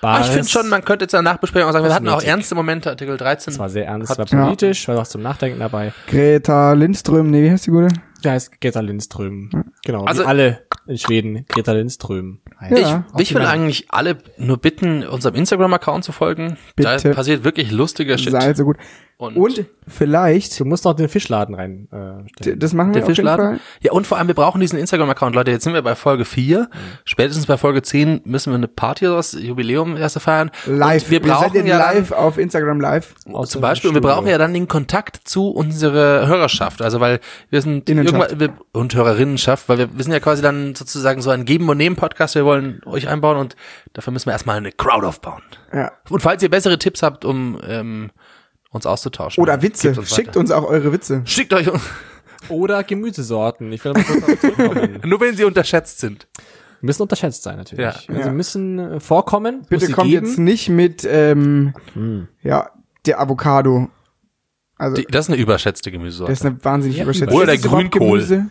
B: Bars.
D: Ah, ich finde schon, man könnte jetzt danach besprechen und sagen, wir hatten auch
B: Kosmetik.
D: ernste Momente, Artikel 13.
B: Das war sehr ernst,
D: Hat-
B: war
C: Ja.
B: politisch, war auch zum Nachdenken dabei.
C: Greta Lindström, nee, wie heißt die gute?
B: Der heißt Greta Lindström. Genau,
D: Also-
B: wie alle in Schweden Greta Lindström heißt.
D: Ich,
C: Ja,
D: ich will eigentlich alle nur bitten, unserem Instagram-Account zu folgen. Da
C: Bitte.
D: passiert wirklich lustiger Shit.
C: Sei so gut.
D: Und-
C: Und, vielleicht,
B: Du musst noch den Fischladen reinstellen. Äh,
C: d-
B: stellen.
C: das machen wir
D: Der
C: auf jeden
D: Fischladen.
C: Fall.
D: Ja, und vor allem, wir brauchen diesen Instagram-Account, Leute. Jetzt sind wir bei Folge 4. Spätestens bei Folge 10 müssen wir eine Party oder was, Jubiläum erste feiern.
C: Live.
D: Und wir brauchen
C: seid ihr
D: ja
C: live auf Instagram live.
D: Dann,
B: Aus
D: zum
B: dem
D: Beispiel, und wir
B: Studio.
D: brauchen ja dann den Kontakt zu unserer Hörerschaft. Also, weil wir sind
C: Innenschaft.
D: irgendwann, wir, und Hörerinnenschaft, weil wir, wir sind ja quasi dann sozusagen so ein Geben- und Nehmen-Podcast. Wir wollen euch einbauen und dafür müssen wir erstmal eine Crowd aufbauen.
C: Ja.
D: Und falls ihr bessere Tipps habt, um ähm, uns auszutauschen.
C: Oder Witze.
D: gebt uns
C: Schickt
D: weiter.
C: uns auch eure Witze.
D: Schickt euch,
B: [LAUGHS]
D: [LAUGHS]
B: Oder Gemüsesorten. Ich will mal kurz darauf zurückkommen.
D: nur wenn sie unterschätzt sind.
B: [LAUGHS] Müssen unterschätzt sein natürlich.
D: Ja.
B: Also
C: Ja.
B: müssen äh, vorkommen. muss
C: Bitte
B: sie
C: kommt
B: geben.
C: jetzt nicht mit, ähm, ja, der Avocado. Also,
D: Hm. Die, das ist eine überschätzte Gemüsesorte.
C: das ist eine wahnsinnig
B: Ja,
C: überschätzte.
D: Oder
C: Ist das überhaupt
D: Grünkohl.
C: Gemüse?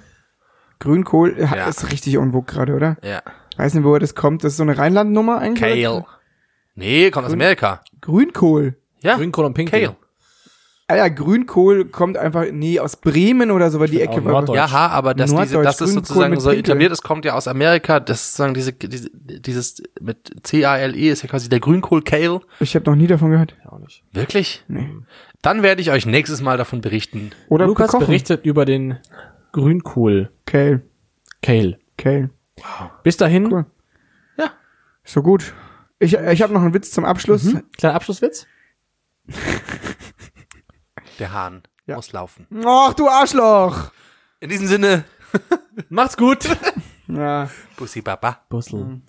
C: Grünkohl ja,
D: Ja.
C: ist richtig en vogue gerade, oder?
D: ja.
C: Weiß nicht, woher das kommt. Das ist so eine Rheinland-Nummer eigentlich.
D: Kale. Nee, kommt aus Amerika.
C: Grünkohl.
D: Ja.
B: Grünkohl und Pinkel.
D: Kale.
C: Ah ja, Grünkohl kommt einfach, nee, aus Bremen oder so, weil die
B: bin
C: Ecke
B: auch
C: war.
B: Norddeutsch.
D: Ja, ha, aber dass diese,
C: Norddeutsch,
D: das ist
C: Grünkohl
D: sozusagen
C: mit
D: so
C: Pinkel.
D: etabliert, es kommt ja aus Amerika, das ist sozusagen diese, diese, dieses mit C-A-L-E E ist ja quasi der Grünkohl Kale.
C: Ich habe noch nie davon gehört.
B: Ja, auch nicht.
D: Wirklich?
C: Nee.
D: Dann werde ich euch nächstes Mal davon berichten.
C: Oder
B: Lukas
C: gekochen.
B: berichtet über den Grünkohl.
C: Kale,
B: Kale.
C: Kale.
B: Bis dahin,
C: Cool.
D: Ja.
C: So gut. Ich, ich habe noch einen Witz zum Abschluss.
B: kleiner Abschlusswitz.
D: Der Hahn
C: Ja.
D: muss laufen.
C: Ach, du Arschloch!
D: In diesem Sinne, [LAUGHS]
C: [LAUGHS]
B: Macht's gut.
C: Ja.
D: Pussy Baba.
C: Mhm.
B: Bussel.